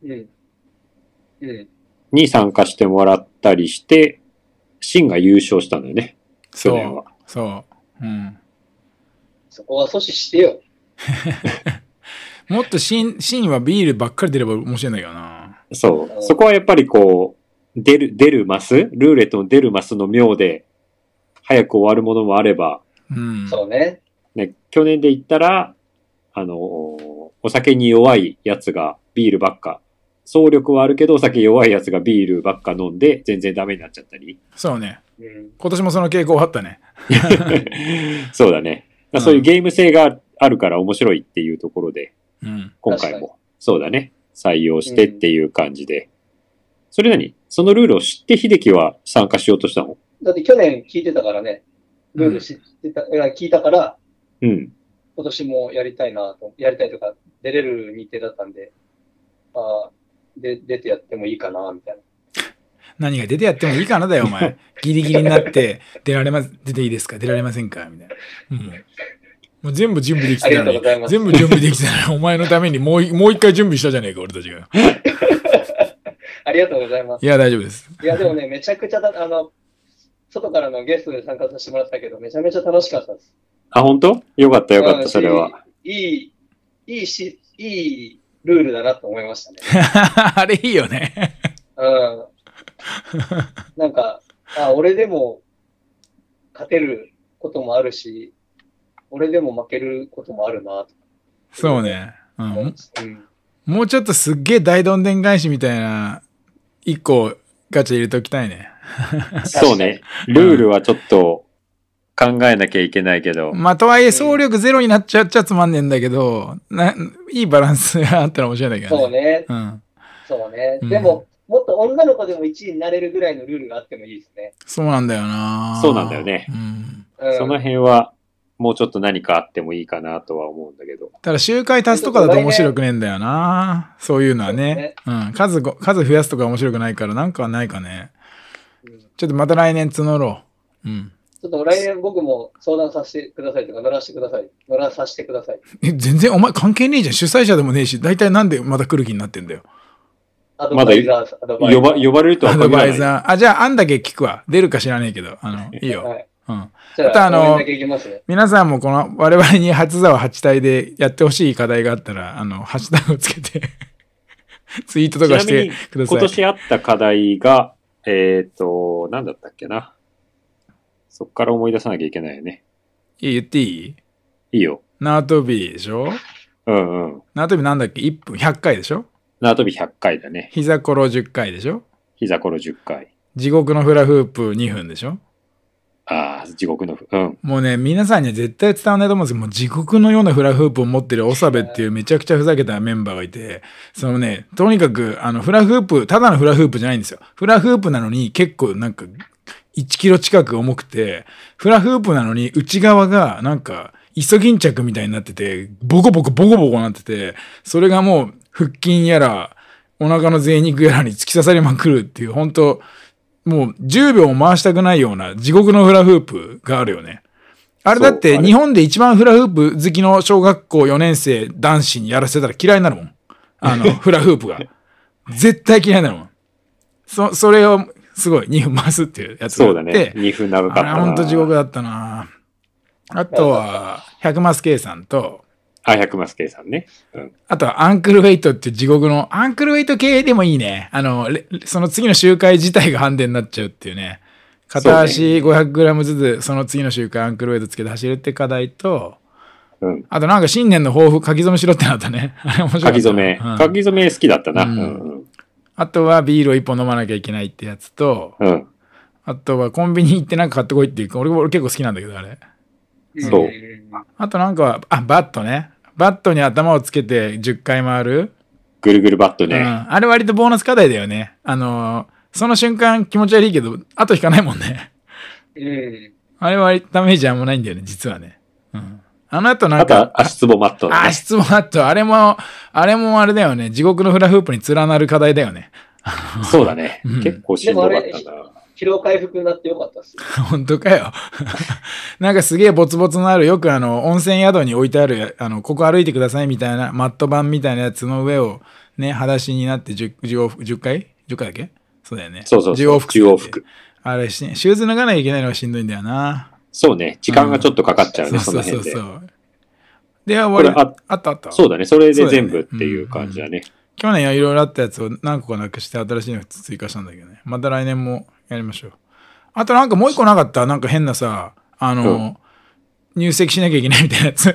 Speaker 3: うん。うん。
Speaker 1: に参加してもらったりして、シンが優勝したんだよね。去
Speaker 2: そ
Speaker 1: 年
Speaker 2: う
Speaker 1: は。。
Speaker 2: そう。うん。
Speaker 3: そこは阻止してよ。
Speaker 2: もっとシン、シンはビールばっかり出れば面白いんだけどな。
Speaker 1: そう。そこはやっぱりこう、出る、出るマスルーレットの出るマスの妙で、早く終わるものもあれば、
Speaker 2: うん。
Speaker 3: そうね。
Speaker 1: ね、去年で言ったら、あの、お酒に弱いやつがビールばっか。総力はあるけど、お酒弱いやつがビールばっか飲んで、全然ダメになっちゃったり。
Speaker 2: そうね。
Speaker 3: うん。
Speaker 2: 今年もその傾向あったね。
Speaker 1: そうだね。
Speaker 2: うん
Speaker 1: そういうゲーム性があるから面白いっていうところで、
Speaker 2: うん。
Speaker 1: 今回
Speaker 3: 確
Speaker 1: も、そうだね。採用してっていう感じで。それなにそのルールを知って秀樹は参加しようとしたの
Speaker 3: だって去年聞いてたからね、ルール知ってた、いや聞いたから、
Speaker 1: うん。
Speaker 3: 今年もやりたいなと、やりたいとか、出れる日程だったんで、ああ、で、出てやってもいいかな、みたいな。
Speaker 2: 何が出てやってもいいかなだよ、お 前。ギリギリになって、出られま、出ていいですか出られませんかみたいな。うん。もう全部準備でき
Speaker 3: あ
Speaker 2: て
Speaker 3: り
Speaker 2: た
Speaker 3: がと
Speaker 2: の
Speaker 3: う
Speaker 2: に
Speaker 3: ご。ざいます。
Speaker 2: 全部準備できてたのに、お前のためにもういもう一回準備したじゃねえか、俺たちが。
Speaker 3: ありがとうございま
Speaker 2: いや、大丈夫 です。
Speaker 3: す。いや、でもね、めちゃくちゃだ、あの、外からのゲストで参加させてもらったけど、めちゃめちゃ楽しかったです。
Speaker 1: あ、本当？よかったよかった、それは。
Speaker 3: うん。いい、いいし、いいルールだなと思いましたね。
Speaker 2: あれいいよね。
Speaker 3: うん。なんか、あ、俺でも勝てることもあるし、俺でも負けることもあるな、と
Speaker 2: そうね。うん。
Speaker 3: 思い
Speaker 2: も
Speaker 3: ますうん。
Speaker 2: もうちょっとすっげえ大どんでん返しみたいな、一個ガチャ入れときたいね。
Speaker 1: そうね。ルールはちょっと考えなきゃいけないけど、
Speaker 2: まあ、とはいえ、総力ゼロになっちゃっちゃつまんねえんだけど、な、いいバランスがあったら面白いんだけどね。
Speaker 3: そうね、
Speaker 2: うん。
Speaker 3: そうね。
Speaker 2: うん
Speaker 3: でも、もっと女の子でも1位になれるぐらいのルールがあってもいいですね。
Speaker 2: そうなんだよな
Speaker 1: そうなんだよね
Speaker 2: うん。
Speaker 3: うん、
Speaker 1: その辺はもうちょっと何かあってもいいかなとは思うんだけど。
Speaker 2: ただ、周回足すとかだと面白くねえんだよなそういうのはね。うん。数ご、数増やすとか面白くないから、なんかないかね。
Speaker 3: うん
Speaker 2: ち
Speaker 3: ち
Speaker 2: ょっとまた来年募ろう。うん。
Speaker 3: ょっと来年僕も相談させてくださいとか、乗らせてください。乗らさせてください。
Speaker 2: え、全然お前関係ねえじゃん。主催者でもねえし、大体なんでまた来る気になってんだよ。
Speaker 3: アドバイザー、アドバイザ
Speaker 1: 呼
Speaker 3: ー。
Speaker 1: ば、呼ばれるとは
Speaker 2: アド
Speaker 1: 限
Speaker 2: バ
Speaker 1: ら
Speaker 2: イ
Speaker 1: ない。
Speaker 2: ザー。あ、じゃあ、あんだけ聞くわ。出るか知らねえけど。あの、いいよ。
Speaker 3: はい。
Speaker 2: うん。
Speaker 3: じゃあ、
Speaker 2: あとあの
Speaker 3: 応援だけいきますね。
Speaker 2: 皆さんもこの我々に初沢八体でやってほしい課題があったら、あの、ハッシュタグをつけて、ツイートとかし
Speaker 1: ちなみ
Speaker 2: て
Speaker 1: に
Speaker 2: ください。
Speaker 1: 今年あった課題が、えっ、と、なんだったっけな。そっから思い出さなきゃいけないよね。
Speaker 2: いい言っていい
Speaker 1: いいよ。
Speaker 2: 縄跳びでしょ
Speaker 1: うんうん。
Speaker 2: 縄跳びなんだっけ ?1 分100回でしょ
Speaker 1: 縄跳び100回だね。
Speaker 2: 膝ころ10回でしょ
Speaker 1: 膝ころ10回。
Speaker 2: 地獄のフラフープ2分でしょ
Speaker 1: ああ、地獄のふ、うん。
Speaker 2: もうね、皆さんには絶対伝わんないと思うんですけど、もう地獄のようなフラフープを持ってるオサベっていうめちゃくちゃふざけたメンバーがいて、そのね、とにかく、あの、フラフープ、ただのフラフープじゃないんですよ。フラフープなのに結構なんか、1キロ近く重くて、フラフープなのに内側がなんか、イソギンチャクみたいになってて、ボコボコボコボコなってて、それがもう腹筋やら、お腹の贅肉やらに突き刺されまくるっていう、本当もう10秒も回したくないような地獄のフラフープがあるよね。あれだっ
Speaker 1: そう
Speaker 2: て
Speaker 1: あれ
Speaker 2: 日本で一番フラフープ好きの小学校4年生男子にやらせたら嫌いになるもん。あの、フラフープが。絶対嫌いになるもん。そ、それをすごい2分回すっていうやつが
Speaker 1: そ
Speaker 2: あっ
Speaker 1: う
Speaker 2: て
Speaker 1: だね。2分長か
Speaker 2: あ
Speaker 1: っ
Speaker 2: れ
Speaker 1: たな。
Speaker 2: ほんと地獄だったなあとは、百マスケイさんと、
Speaker 1: あ、百マスケさんね。
Speaker 2: あとはアンクルウェイトっていう地獄の、アンクルウェイト系でもいいね。あの、れその次の周回自体がハンデになっちゃうっていうね。片足 500g ずつ、その次の周回アンクルウェイトつけて走るって課題と、
Speaker 1: うん。
Speaker 2: あとなんか新年の抱負書き初めしろってなったね。 あれ面白
Speaker 1: 書
Speaker 2: かった。
Speaker 1: き初め。
Speaker 2: うん
Speaker 1: 書き初め好きだったな。
Speaker 2: う
Speaker 1: うんんうん。
Speaker 2: あとはビールを一本飲まなきゃいけないってやつと、
Speaker 1: うん。
Speaker 2: あとはコンビニ行ってなんか買ってこいっていう、俺俺結構好きなんだけど、あれ。
Speaker 1: そうん
Speaker 2: あとなんか、あ、バットね。バットに頭をつけて10回回る。
Speaker 1: ぐるぐるバット
Speaker 2: う
Speaker 1: ね。
Speaker 2: ん。あれ割とボーナス課題だよね。あのーその瞬間気持ち悪いけど、後引かないもんね。
Speaker 3: うん。
Speaker 2: あれは割とダメージあんまないんだよね、実はね。うん。あの後なん
Speaker 1: あとは
Speaker 2: か、
Speaker 1: 足つぼマットだ
Speaker 2: あ、
Speaker 1: ね。
Speaker 2: 質問あった。あれも、あれもあれだよね。地獄のフラフープに連なる課題だよね。
Speaker 1: そうだね
Speaker 2: うん。
Speaker 1: 結構しんどかったな。
Speaker 3: 疲労回復になってよかったっす。
Speaker 2: 本当かよ。なんかすげえボツボツのある、よくあの、温泉宿に置いてある、あの、ここ歩いてくださいみたいな、マット板みたいなやつの上を、ね、裸足になって 10, 10往復10回 ?10 回だっけそうだよね。
Speaker 1: そうそうそう
Speaker 2: 10往復。
Speaker 1: 10往復。
Speaker 2: あれし、シューズ脱がなきゃいけないのがしんどいんだよな。
Speaker 1: そうね、時間がちょっとかかっちゃうね、そ
Speaker 2: そ
Speaker 1: の
Speaker 2: うそ
Speaker 1: 辺
Speaker 2: う
Speaker 1: で
Speaker 2: そ。う。で、終わ
Speaker 1: これ
Speaker 2: り
Speaker 1: あ。
Speaker 2: あったあった。
Speaker 1: そうだね、それ
Speaker 2: そ
Speaker 1: で
Speaker 2: うだよ
Speaker 1: 全
Speaker 2: ね
Speaker 1: 部っていう感じだね。
Speaker 2: 去年はいろいろあったやつを何個かなくして新しいの追加したんだけどね。また来年もやりましょう。あとなんかもう一個なかったなんか変なさ、あの、入籍しなきゃいけないみたいなやつ。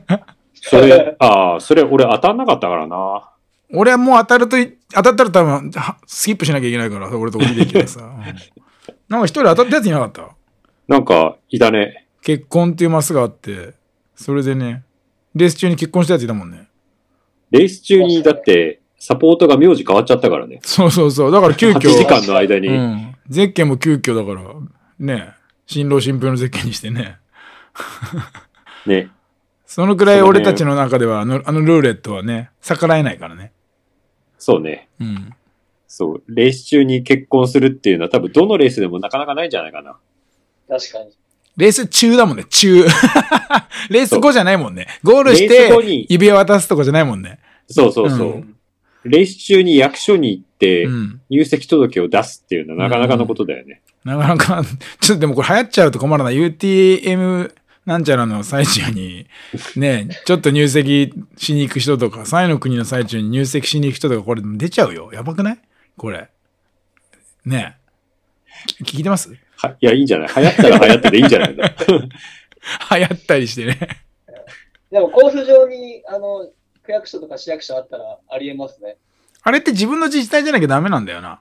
Speaker 1: それ、ああ、それ俺当たんなかったからな。
Speaker 2: 俺はもう当たるとい、当たったら多分はスキップしなきゃいけないから、俺とこ見てき てさ。うんなんか一人当たったやついなかった
Speaker 1: なんか、いたね。
Speaker 2: 結婚っていうマスがあって、それでね、レース中に結婚したやついたもんね。
Speaker 1: レース中に、だって、サポートが名字変わっちゃったからね。
Speaker 2: そうそうそう。だから急
Speaker 1: 8
Speaker 2: 遽。
Speaker 1: 時間の間に、
Speaker 2: うん。ゼッケンも急遽だから、ね、新郎新婦のゼッケンにしてね。
Speaker 1: ね、
Speaker 2: そのくらい俺たちの中では、あのあのルーレットはね、逆らえないからね。
Speaker 1: そうね。
Speaker 2: うん。
Speaker 1: そう、レース中に結婚するっていうのは多分どのレースでもなかなかないんじゃないかな。
Speaker 3: 確かに。
Speaker 2: レース中だもんね、中。 レース後じゃないもんね。ゴールし
Speaker 1: レース後
Speaker 2: て
Speaker 1: に、
Speaker 2: 指輪渡すとこじゃないもんね。
Speaker 1: そうそうそう。
Speaker 2: うん
Speaker 1: レース中に役所に行って
Speaker 2: う、ん。
Speaker 1: 入籍届を出すっていうのはなかなかのことだよね。
Speaker 2: なかなか、 ちょっとでもこれ流行っちゃうと困るな。UTM なんちゃらの最中に、ね、ちょっと入籍しに行く人とか、サイの国の最中に入籍しに行く人とか、これ出ちゃうよ。やばくないこれ。ねえ。き聞いてます
Speaker 1: はいや、いいんじゃない流行ったら流行ったでいいんじゃないか。
Speaker 2: 流行ったりしてね。
Speaker 3: でもコース上に、あの、区役所とか市役所あったらありえますね。
Speaker 2: あれって自分の自治体じゃなきゃダメなんだよな。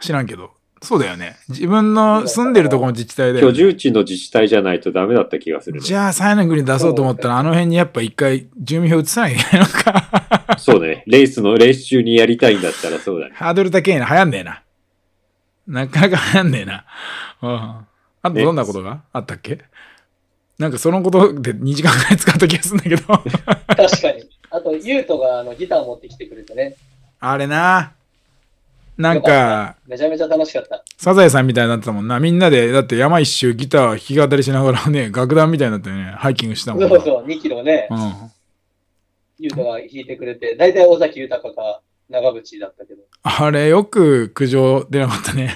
Speaker 2: 知らんけど。そうだよね。自分の住んでるとこの自治体だよ、
Speaker 1: 居
Speaker 2: ね。
Speaker 1: 住地の自治体じゃないとダメだった気がするね
Speaker 2: じ。ゃあ、サイの国出そうと思ったら、あの辺にやっぱ一回住民票移さなきゃいけないのか。
Speaker 1: そうね。レースの、レース中にやりたいんだったらそうだね。
Speaker 2: ハードル高えな。流行んねえな。なかなか流行んねえな。うん。あとどんなことがあったっけなんかそのことで2時間くらい使った気がするんだ けど。
Speaker 3: 確かに。 あと、ユートがあのギター持ってきてくれてね。
Speaker 2: あれな。なん
Speaker 3: よか
Speaker 2: か、
Speaker 3: めちゃめちゃ楽しかった。
Speaker 2: サザエさんみたいになってたもんな。みんなで、だって山一周ギター弾き語りしながらね、楽団みたいになってね、ハイキングしたもん
Speaker 3: そ
Speaker 2: な。
Speaker 3: うそう、2キロね
Speaker 2: う、ん。
Speaker 3: ユートが弾いてくれて、大体尾崎豊か長渕だったけど。
Speaker 2: あれ、よく苦情出なかったね。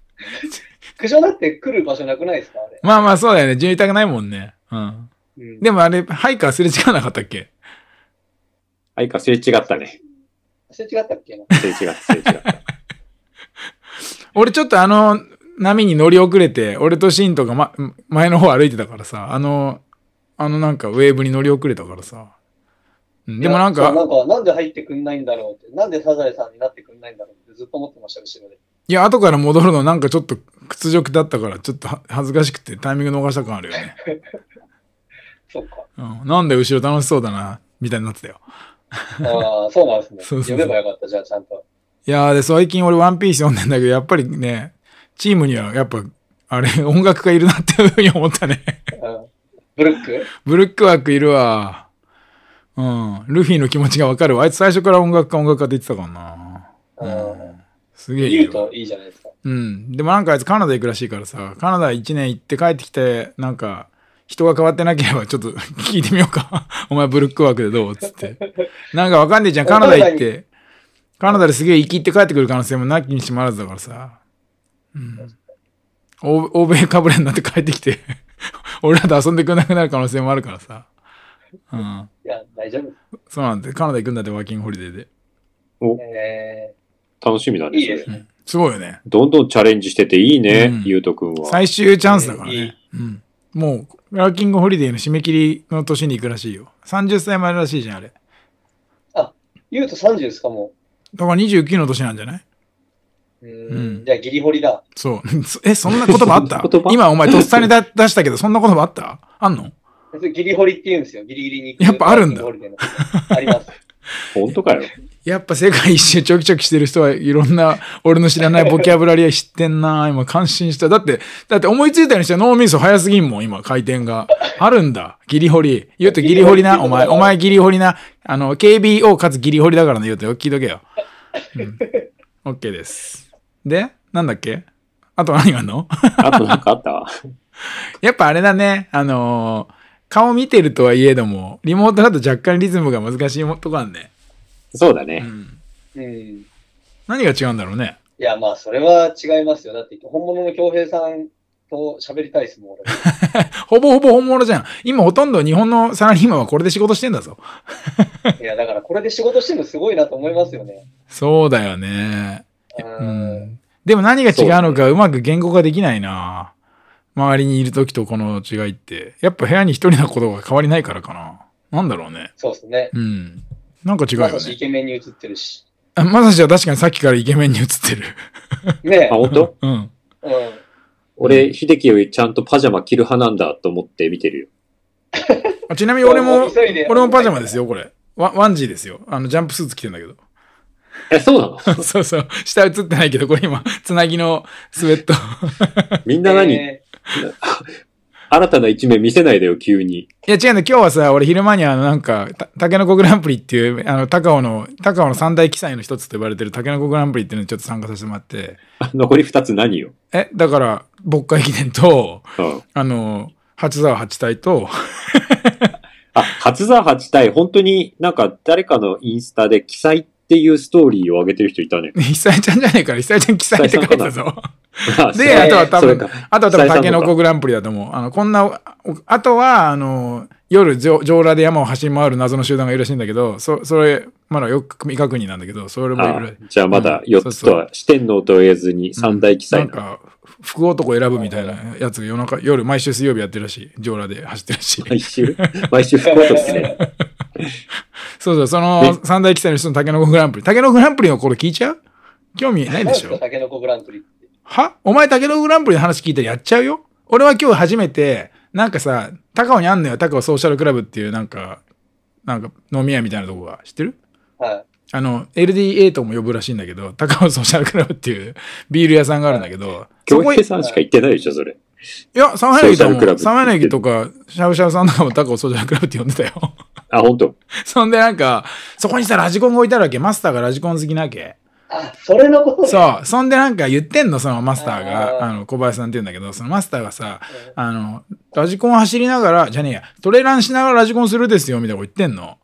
Speaker 3: 苦情だって来る場所なくないですかあれ。
Speaker 2: まあまあそうだよね。住宅ないもんね。うん。
Speaker 3: うん、
Speaker 2: でもあれ、ハイカーすれ違わなかったっけ
Speaker 1: はいか、すれ違ったね。
Speaker 3: それ違ったっけな
Speaker 1: すれ違った、すれ違った。
Speaker 2: 俺ちょっとあの波に乗り遅れて、俺とシンとか、ま、前の方歩いてたからさ、あの、あのなんかウェーブに乗り遅れたからさ。うんでもなん
Speaker 3: いや
Speaker 2: か、
Speaker 3: そうなんか、なんで入ってくんないんだろうって、なんでサザエさんになってくんないんだろうってずっと思ってました、後ろで。
Speaker 2: いや、後から戻るのなんかちょっと屈辱だったから、ちょっとは恥ずかしくてタイミング逃した感あるよね。
Speaker 3: そうか。
Speaker 2: うん、なんで後ろ楽しそうだな、みたいになってたよ。
Speaker 3: ああ、そうなんですね。
Speaker 2: そうそうそう
Speaker 3: 読めばよかった、じゃあちゃんと。
Speaker 2: いやーで、最近俺ワンピース読んでんだけど、やっぱりね、チームにはやっぱ、あれ、 音楽家いるなっていうふうに思ったね。
Speaker 3: うんブルック
Speaker 2: ブルックワークいるわ。うん。ルフィの気持ちがわかるわ。あいつ最初から音楽家、音楽家って言ってたからな。
Speaker 3: うん。
Speaker 2: すげえい
Speaker 3: 言う
Speaker 2: いわ。
Speaker 3: といいじゃないですか。
Speaker 2: うん。でもなんかあいつカナダ行くらしいからさ、カナダ1年行って帰ってきて、なんか、人が変わってなければちょっと 聞いてみようか。 お前ブルックワークでどうつって。なんかわかんねえじゃん。カナダ行って、カナダですげえ生き入って帰ってくる可能性もなきにしもあらずだからさ。うん。欧欧米かぶれになって帰ってきて、 俺らと遊んでくれなくなる可能性もあるからさ。うん。
Speaker 3: いや、大丈夫で
Speaker 2: そうなんで、カナダ行くんだってワーキングホリデーで。
Speaker 1: お
Speaker 3: す。、え
Speaker 1: 楽しみだ
Speaker 3: ー、い
Speaker 1: ね、
Speaker 3: い
Speaker 1: そ
Speaker 3: です
Speaker 1: れ。
Speaker 3: ね。
Speaker 2: すごいよね。
Speaker 1: どんどんチャレンジしてていいね、
Speaker 2: うん
Speaker 1: ゆうとくんは。
Speaker 2: 最終チャンスだから
Speaker 3: いい
Speaker 2: ね。うん。もう、ワーキングホリデーの締め切りの年に行くらしいよ。30歳までらしいじゃん、あれ。
Speaker 3: 言うと30ですか、も。
Speaker 2: だから29の年なんじゃないう
Speaker 3: う
Speaker 2: う
Speaker 3: ー
Speaker 2: ん
Speaker 3: ん。じゃあ、ギリホリだ。
Speaker 2: そう。え、そんな言葉あった
Speaker 1: そんな言葉
Speaker 2: 今お前とっさにだ出したけど、そんな言葉あったあんの
Speaker 3: ギリホリって言うんですよ。ギリギリに行く。
Speaker 2: やっぱあるんだ
Speaker 3: ギリホリでのあります。
Speaker 1: 本当かよ。
Speaker 2: やっぱ世界一周ちょきちょきしてる人はいろんな俺の知らないボキャブラリア知ってんな今感心した。だって、だって思いついたにしては脳みそ早すぎんもん今回転が。あるんだ。ギリホリ。言うとギリホリな。お前、お前ギリホリな。あの、KBO かつギリホリだからね言うとよ。聞いとけよ。うん。OK です。で、なんだっけあと何があんの
Speaker 1: あとなんかあった
Speaker 2: やっぱあれだね。あのー顔見てるとはいえども、リモートだと若干リズムが難しいもとこあんね。
Speaker 1: そうだ
Speaker 2: う
Speaker 1: ね。
Speaker 2: ん。
Speaker 3: うん。い
Speaker 2: 何が違うんだろうね。
Speaker 3: や、まあ、それは違いますよ。だって、本物の京平さんと喋りたいですもん、俺。
Speaker 2: ほぼほぼ本物じゃん。今ほとんど日本のサラリーマンはこれで仕事してんだぞ。
Speaker 3: いや、だから、これで仕事してるのすごいなと思いますよね。
Speaker 2: そうだよね。う
Speaker 3: う。
Speaker 2: んん。でも何が違うのかうまく言語化できないな。周りにいる時とこの違いって。やっぱ部屋に一人のことが変わりないからかな。なんだろうね。
Speaker 3: そうですね。
Speaker 2: うん。なんか違う
Speaker 3: ま
Speaker 2: よ
Speaker 3: さしイ
Speaker 2: ね。
Speaker 3: ケメンに映ってるし。
Speaker 2: あまさしは確かにさっきからイケメンに映ってる。
Speaker 3: ね
Speaker 1: あ、本当
Speaker 2: うん。
Speaker 3: え。うん。
Speaker 1: 俺、秀樹よりちゃんとパジャマ着る派なんだと思って見てるよ。
Speaker 2: あちなみに俺も、
Speaker 3: 急いで
Speaker 2: 俺もパジャマですよ、これ。ワワンジーですよ。あの、ジャンプスーツ着てんだけど。
Speaker 1: え、そうなの
Speaker 2: そうそう。下映ってないけど、これ今、つなぎのスウェット。
Speaker 1: みんな何、
Speaker 3: え
Speaker 1: 新たな一面見せないでよ、急に。
Speaker 2: いや違うんだ、今日はさ、俺昼間にあのなんか、たたけのこグランプリっていう、あの、高尾の、高尾の三大記載の一つと呼ばれてるたけのこグランプリっていうのにちょっと参加させてもらって、
Speaker 1: あ残り二つ何よ。
Speaker 2: え、だから、牧会記念と、
Speaker 1: うん。
Speaker 2: あの、八沢八体と、。
Speaker 1: あ、初座八対、本当になんか誰かのインスタで記載っていうストーリーを上げてる人いたね
Speaker 2: 久井ちゃんじゃねえから、久井ちゃん記載って書いてたぞ。
Speaker 1: あ知
Speaker 2: で、
Speaker 1: らな
Speaker 2: あ
Speaker 1: い
Speaker 2: とは多
Speaker 1: それ
Speaker 2: 分
Speaker 1: か、
Speaker 2: あとは多分、
Speaker 1: 久井さ
Speaker 2: た
Speaker 1: ん
Speaker 2: け
Speaker 1: の
Speaker 2: の
Speaker 1: か
Speaker 2: こグランプリだと思う。あの、こんな、おあとは、あの、夜、上上裸で山を走り回る謎の集団がいるらしいんだけど、そ、それ、まだよく未確認なんだけど、それもいるらしい
Speaker 1: あじゃあまだ4つとは、四天王と言えずに三大記載
Speaker 2: なんかふ福男選ぶみたいなやつが夜中夜毎週水曜日やってるらしい上裸で走ってるらしい
Speaker 1: 毎週、毎週
Speaker 3: ー
Speaker 1: 福男ですね。
Speaker 2: そうそうその
Speaker 1: ね
Speaker 2: 三大記載の人のタケノコグランプリタケノコグランプリの頃聞いちゃう興味ないで
Speaker 3: 何です
Speaker 2: し
Speaker 3: か、
Speaker 2: ょ
Speaker 3: タケノコグランプリって。
Speaker 2: はお前タケノコグランプリの話聞いたらやっちゃうよ俺は今日初めてなんかさ高尾にあんのよ高尾ソーシャルクラブっていうなんかなんか飲み屋みたいなとこが知ってる
Speaker 3: はい。
Speaker 2: あの LDA とも呼ぶらしいんだけど高尾ソーシャルクラブっていうビール屋さんがあるんだけど そ
Speaker 1: 京
Speaker 2: こ
Speaker 1: 平さんしか言ってないでしょ、それ。
Speaker 2: いや、サマヤネギと
Speaker 1: ソーシャルクラブ
Speaker 2: も、
Speaker 1: って
Speaker 2: サマヤネギとか、シャウシャウさんとかもタコソーシャルクラブって呼んでたよ。
Speaker 1: あ、本当。
Speaker 2: そんでなんか、そこにさ、ラジコンが置いてあるわけ。マスターがラジコン好きなわけ。
Speaker 3: あ、それのことね
Speaker 2: そう。そんでなんか言ってんの、そのマスター
Speaker 3: あー
Speaker 2: が。あの、小林さんって言うんだけど、そのマスターがさ、あの、ラジコン走りながら、じゃねえや、トレランしながらラジコンするですよ、みたいなこと言ってんの。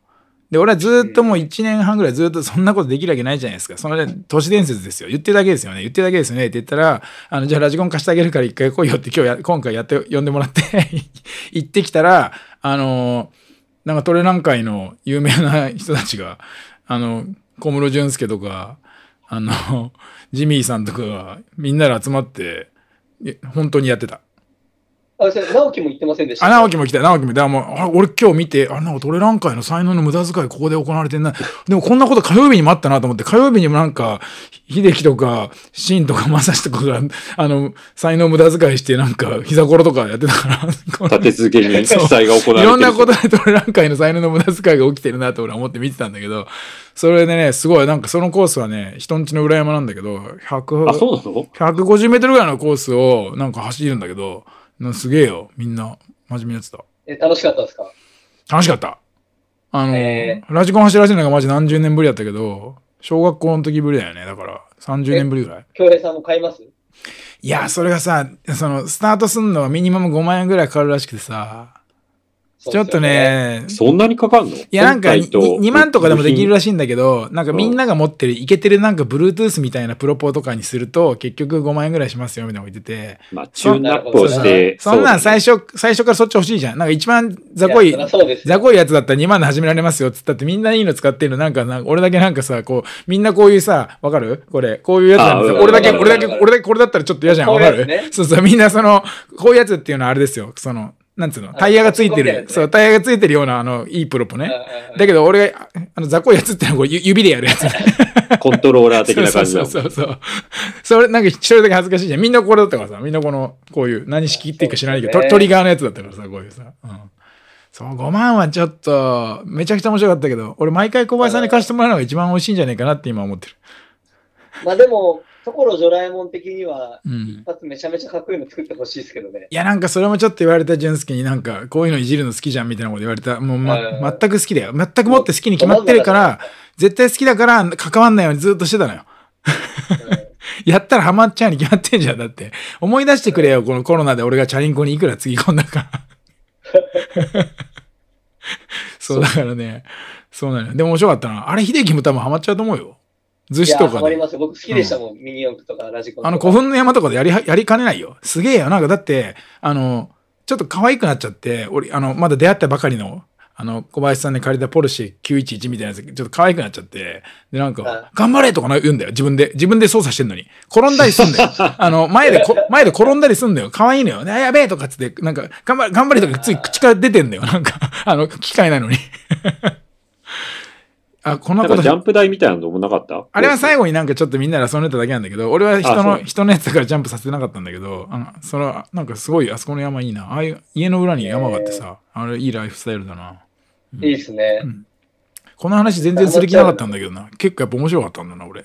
Speaker 2: で、俺はずーっともう1年半ぐらいずーっとそんなことできるわけないじゃないですか。そのね都市伝説ですよ。言ってるだけですよね。言ってるだけですよね。って言ったら、あの、じゃあラジコン貸してあげるから一回来いよって今日や、今回やって、呼んでもらって、 行ってきたら、あのーなんかトレラン界の有名な人たちが、あの、小室淳介とか、あの、ジミーさんとかがみんなで集まって、え本当にやってた。
Speaker 3: あ、それ、直樹も言ってませんでした。
Speaker 2: あ、直樹も来た、直樹も。だからもう、あ俺今日見て、あ、なんかトレラン界の才能の無駄遣いここで行われてんな。でもこんなこと火曜日にもあったなと思って、火曜日にもなんか、秀樹とか、シンとか、正志とかが、あの、才能無駄遣いして、なんか、膝ころとかやってたから、こ
Speaker 1: 立
Speaker 2: の
Speaker 1: て続けに記載が行われてる。
Speaker 2: いろんなことでトレラン界の才能の無駄遣いが起きてるなと俺は思って見てたんだけど、それでね、すごい、なんかそのコースはね、人んちの裏山なんだけど、100、
Speaker 1: あ、そうなの
Speaker 2: 150メートルぐらいのコースをなんか走るんだけど、なすげえよ。みんな、真面目にやってた。
Speaker 3: え、楽しかったですか
Speaker 2: 楽しかった。あの、
Speaker 3: え
Speaker 2: ラジコン走らせるのがマジ何十年ぶりだったけど、小学校の時ぶりだよね。だから、30年ぶりぐらい。
Speaker 3: 京平さんも買います
Speaker 2: いや、それがさ、その、スタートすんのはミニマム5万円ぐらいかかるらしくてさ、ちょっと。ね、
Speaker 1: そんなにかかんの
Speaker 2: いや、なんか
Speaker 1: 本体と
Speaker 2: 2万とかでもできるらしいんだけど、なんかみんなが持ってる、いけてるなんか Bluetooth みたいなプロポとかにすると、結局5万円ぐらいしますよみたいなこと言ってて、
Speaker 1: まあ、チューンナップをして。
Speaker 2: そんなん
Speaker 1: そうだ
Speaker 2: 最
Speaker 1: ね
Speaker 2: 初、最初からそっち欲しいじゃん。なんか一番
Speaker 3: そ
Speaker 2: 雑
Speaker 3: うで
Speaker 2: 魚い
Speaker 3: すよねいやそりゃそうですよ。
Speaker 2: 雑魚いやつだったら2万で始められますよっつったってみんないいの使ってるのなんかなんか俺だけなんかさこうみんなこういうさわかるこれこういうやつなんです
Speaker 1: あ
Speaker 2: よ
Speaker 1: うん
Speaker 2: 俺だけ
Speaker 1: わか
Speaker 2: 俺
Speaker 1: る
Speaker 2: だけ
Speaker 3: わかる
Speaker 2: 俺だけこれだったらちょっと嫌じゃん
Speaker 3: こ
Speaker 2: わ
Speaker 3: ういう
Speaker 2: か
Speaker 3: や
Speaker 2: る
Speaker 3: つね
Speaker 2: そうそうみんなそのこういうやつっていうのはあれですよそのなんつうのタイヤがついて
Speaker 3: あの
Speaker 2: る
Speaker 3: 突
Speaker 2: そ
Speaker 3: っ込
Speaker 2: う
Speaker 3: んでるやつね
Speaker 2: タイヤがついてるようなあのいいプロポね
Speaker 3: うんうん
Speaker 2: だけど俺がああの雑魚いやつってのはこうゆ指でやるやつ
Speaker 1: コントローラー的な感じ
Speaker 2: そ
Speaker 1: だ
Speaker 2: う
Speaker 1: もん。
Speaker 2: そうそうそう。それ、なんか一人だけ恥ずかしいじゃん。みんなこれだったからさ、みんなこの、こういう、何式っていうか知らないけど、
Speaker 3: そう
Speaker 2: ト
Speaker 3: ね
Speaker 2: トリガーのやつだったからさ、こういうさ。うん。そう、5万はちょっと、めちゃくちゃ面白かったけど、俺毎回小林さんに貸してもらうのが一番美味しいんじゃないかなって今思ってる。
Speaker 3: まあでも、所ジョラえもん的には、
Speaker 2: うん
Speaker 3: 一発めちゃめちゃかっこいいの作ってほしいですけどね。
Speaker 2: いや、なんかそれもちょっと言われた淳介になんか、こういうのいじるの好きじゃんみたいなこと言われた。もう、
Speaker 3: うん
Speaker 2: ま、全く好きだよ。全くもって好きに決まってるから、絶対好きだから関わんないようにずっとしてたのよ。
Speaker 3: うん
Speaker 2: やったらハマっちゃうに決まってんじゃん。だって。思い出してくれよ、このコロナで俺がチャリンコにいくらつぎ込んだか。そう、だからね。そうなのよ。でも面白かったな。あれ、秀樹も多分ハマっちゃうと思うよ。寿
Speaker 3: い
Speaker 2: 司
Speaker 3: や、
Speaker 2: と
Speaker 3: ハ
Speaker 2: か
Speaker 3: マ
Speaker 2: で
Speaker 3: り。ますよ。僕好きでしたもん。ミニ四駆とかラジコンとか。
Speaker 2: あの古墳の山とかでやりはやりかねないよ。すげえよ。なんかだって、あの、ちょっと可愛くなっちゃって、俺、あの、まだ出会ったばかりの、あの、小林さんで借りたポルシェ911みたいなやつ、ちょっと可愛くなっちゃって、で、なん
Speaker 3: は
Speaker 2: か、頑張れとかな言うんだよ。自分で、自分で操作してんのに。転んだりすんだよ。あの、前でこ、前で転んだりすんだよ。可愛いのよ。ね、あやべえとかっつって、なんか、頑張れ、頑張れとか、つい口から出てんだよ。なんか、 あの、機械なのに。 あ、こんな
Speaker 1: なん
Speaker 2: こ
Speaker 1: か
Speaker 2: と
Speaker 1: ジャンプ台みたいなのもなかった
Speaker 2: あれは最後になんかちょっとみんなで遊んでただけなんだけど、俺は人
Speaker 1: あ
Speaker 2: の
Speaker 1: そう
Speaker 2: 人のやつだからジャンプさせてなかったんだけど、あのそれはなんかすごいあそこの山いいな。ああいう家の裏に山があってさ、あれいいライフスタイルだな。
Speaker 3: いいですね。
Speaker 2: この話全然する気なかったんだけどな。結構やっぱ面白かったんだな、俺。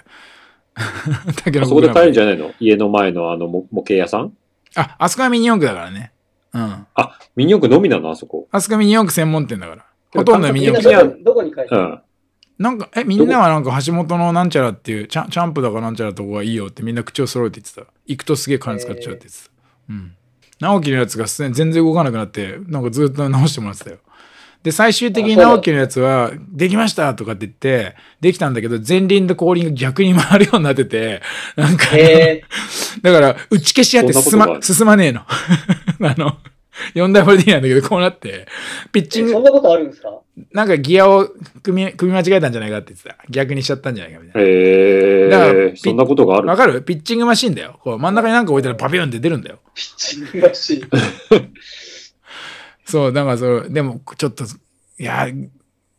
Speaker 2: だけ
Speaker 1: あ
Speaker 2: ど
Speaker 1: そこで買えるんじゃないの家の前のあのも模型屋さん
Speaker 2: あ、あそこはミニ四駆だからね。うん。
Speaker 1: あ、ミニ四駆のみなのあそこ。
Speaker 2: あそこはミニ四駆専門店だから。ほとんどミ
Speaker 1: い
Speaker 2: ニ
Speaker 3: み
Speaker 2: 四
Speaker 3: んな
Speaker 1: や
Speaker 2: 駆。
Speaker 1: いや
Speaker 3: どこどこに書いて
Speaker 1: う
Speaker 3: ある
Speaker 1: ん。
Speaker 2: なんか、え、みんなはなんか橋本のなんちゃらっていう、チャチャンプだかなんちゃらとこがいいよってみんな口を揃えて言ってた。行くとすげえ金使っちゃうって言ってた。うん。直樹のやつがすでに全然動かなくなって、なんかずっと直してもらってたよ。で、最終的に
Speaker 3: あそうなの
Speaker 2: 直樹のやつは、できましたとかって言って、できたんだけど、前輪と後輪が逆に回るようになってて、なんか、
Speaker 3: え
Speaker 2: だから、打ち消し合って
Speaker 1: そ
Speaker 2: 進
Speaker 1: んなことがあ
Speaker 2: ま、
Speaker 1: る
Speaker 2: 進まねえの。 あの、4ダブル D なんだけど、こうなって、ピッチン
Speaker 3: ー、
Speaker 2: グ
Speaker 3: そん、なことあるんで すか
Speaker 2: なんかギアを組み、組み間違えたんじゃないかって言ってた。逆にしちゃったんじゃないかみたいな。
Speaker 1: へ
Speaker 2: だから
Speaker 1: えそんなことがある
Speaker 2: わかるピッチングマシンだよ。こう真ん中になんか置いたらパピュンって出るんだよ。
Speaker 3: ピッチングらしい。
Speaker 2: そう、だからそれ、でもちょっと、いや、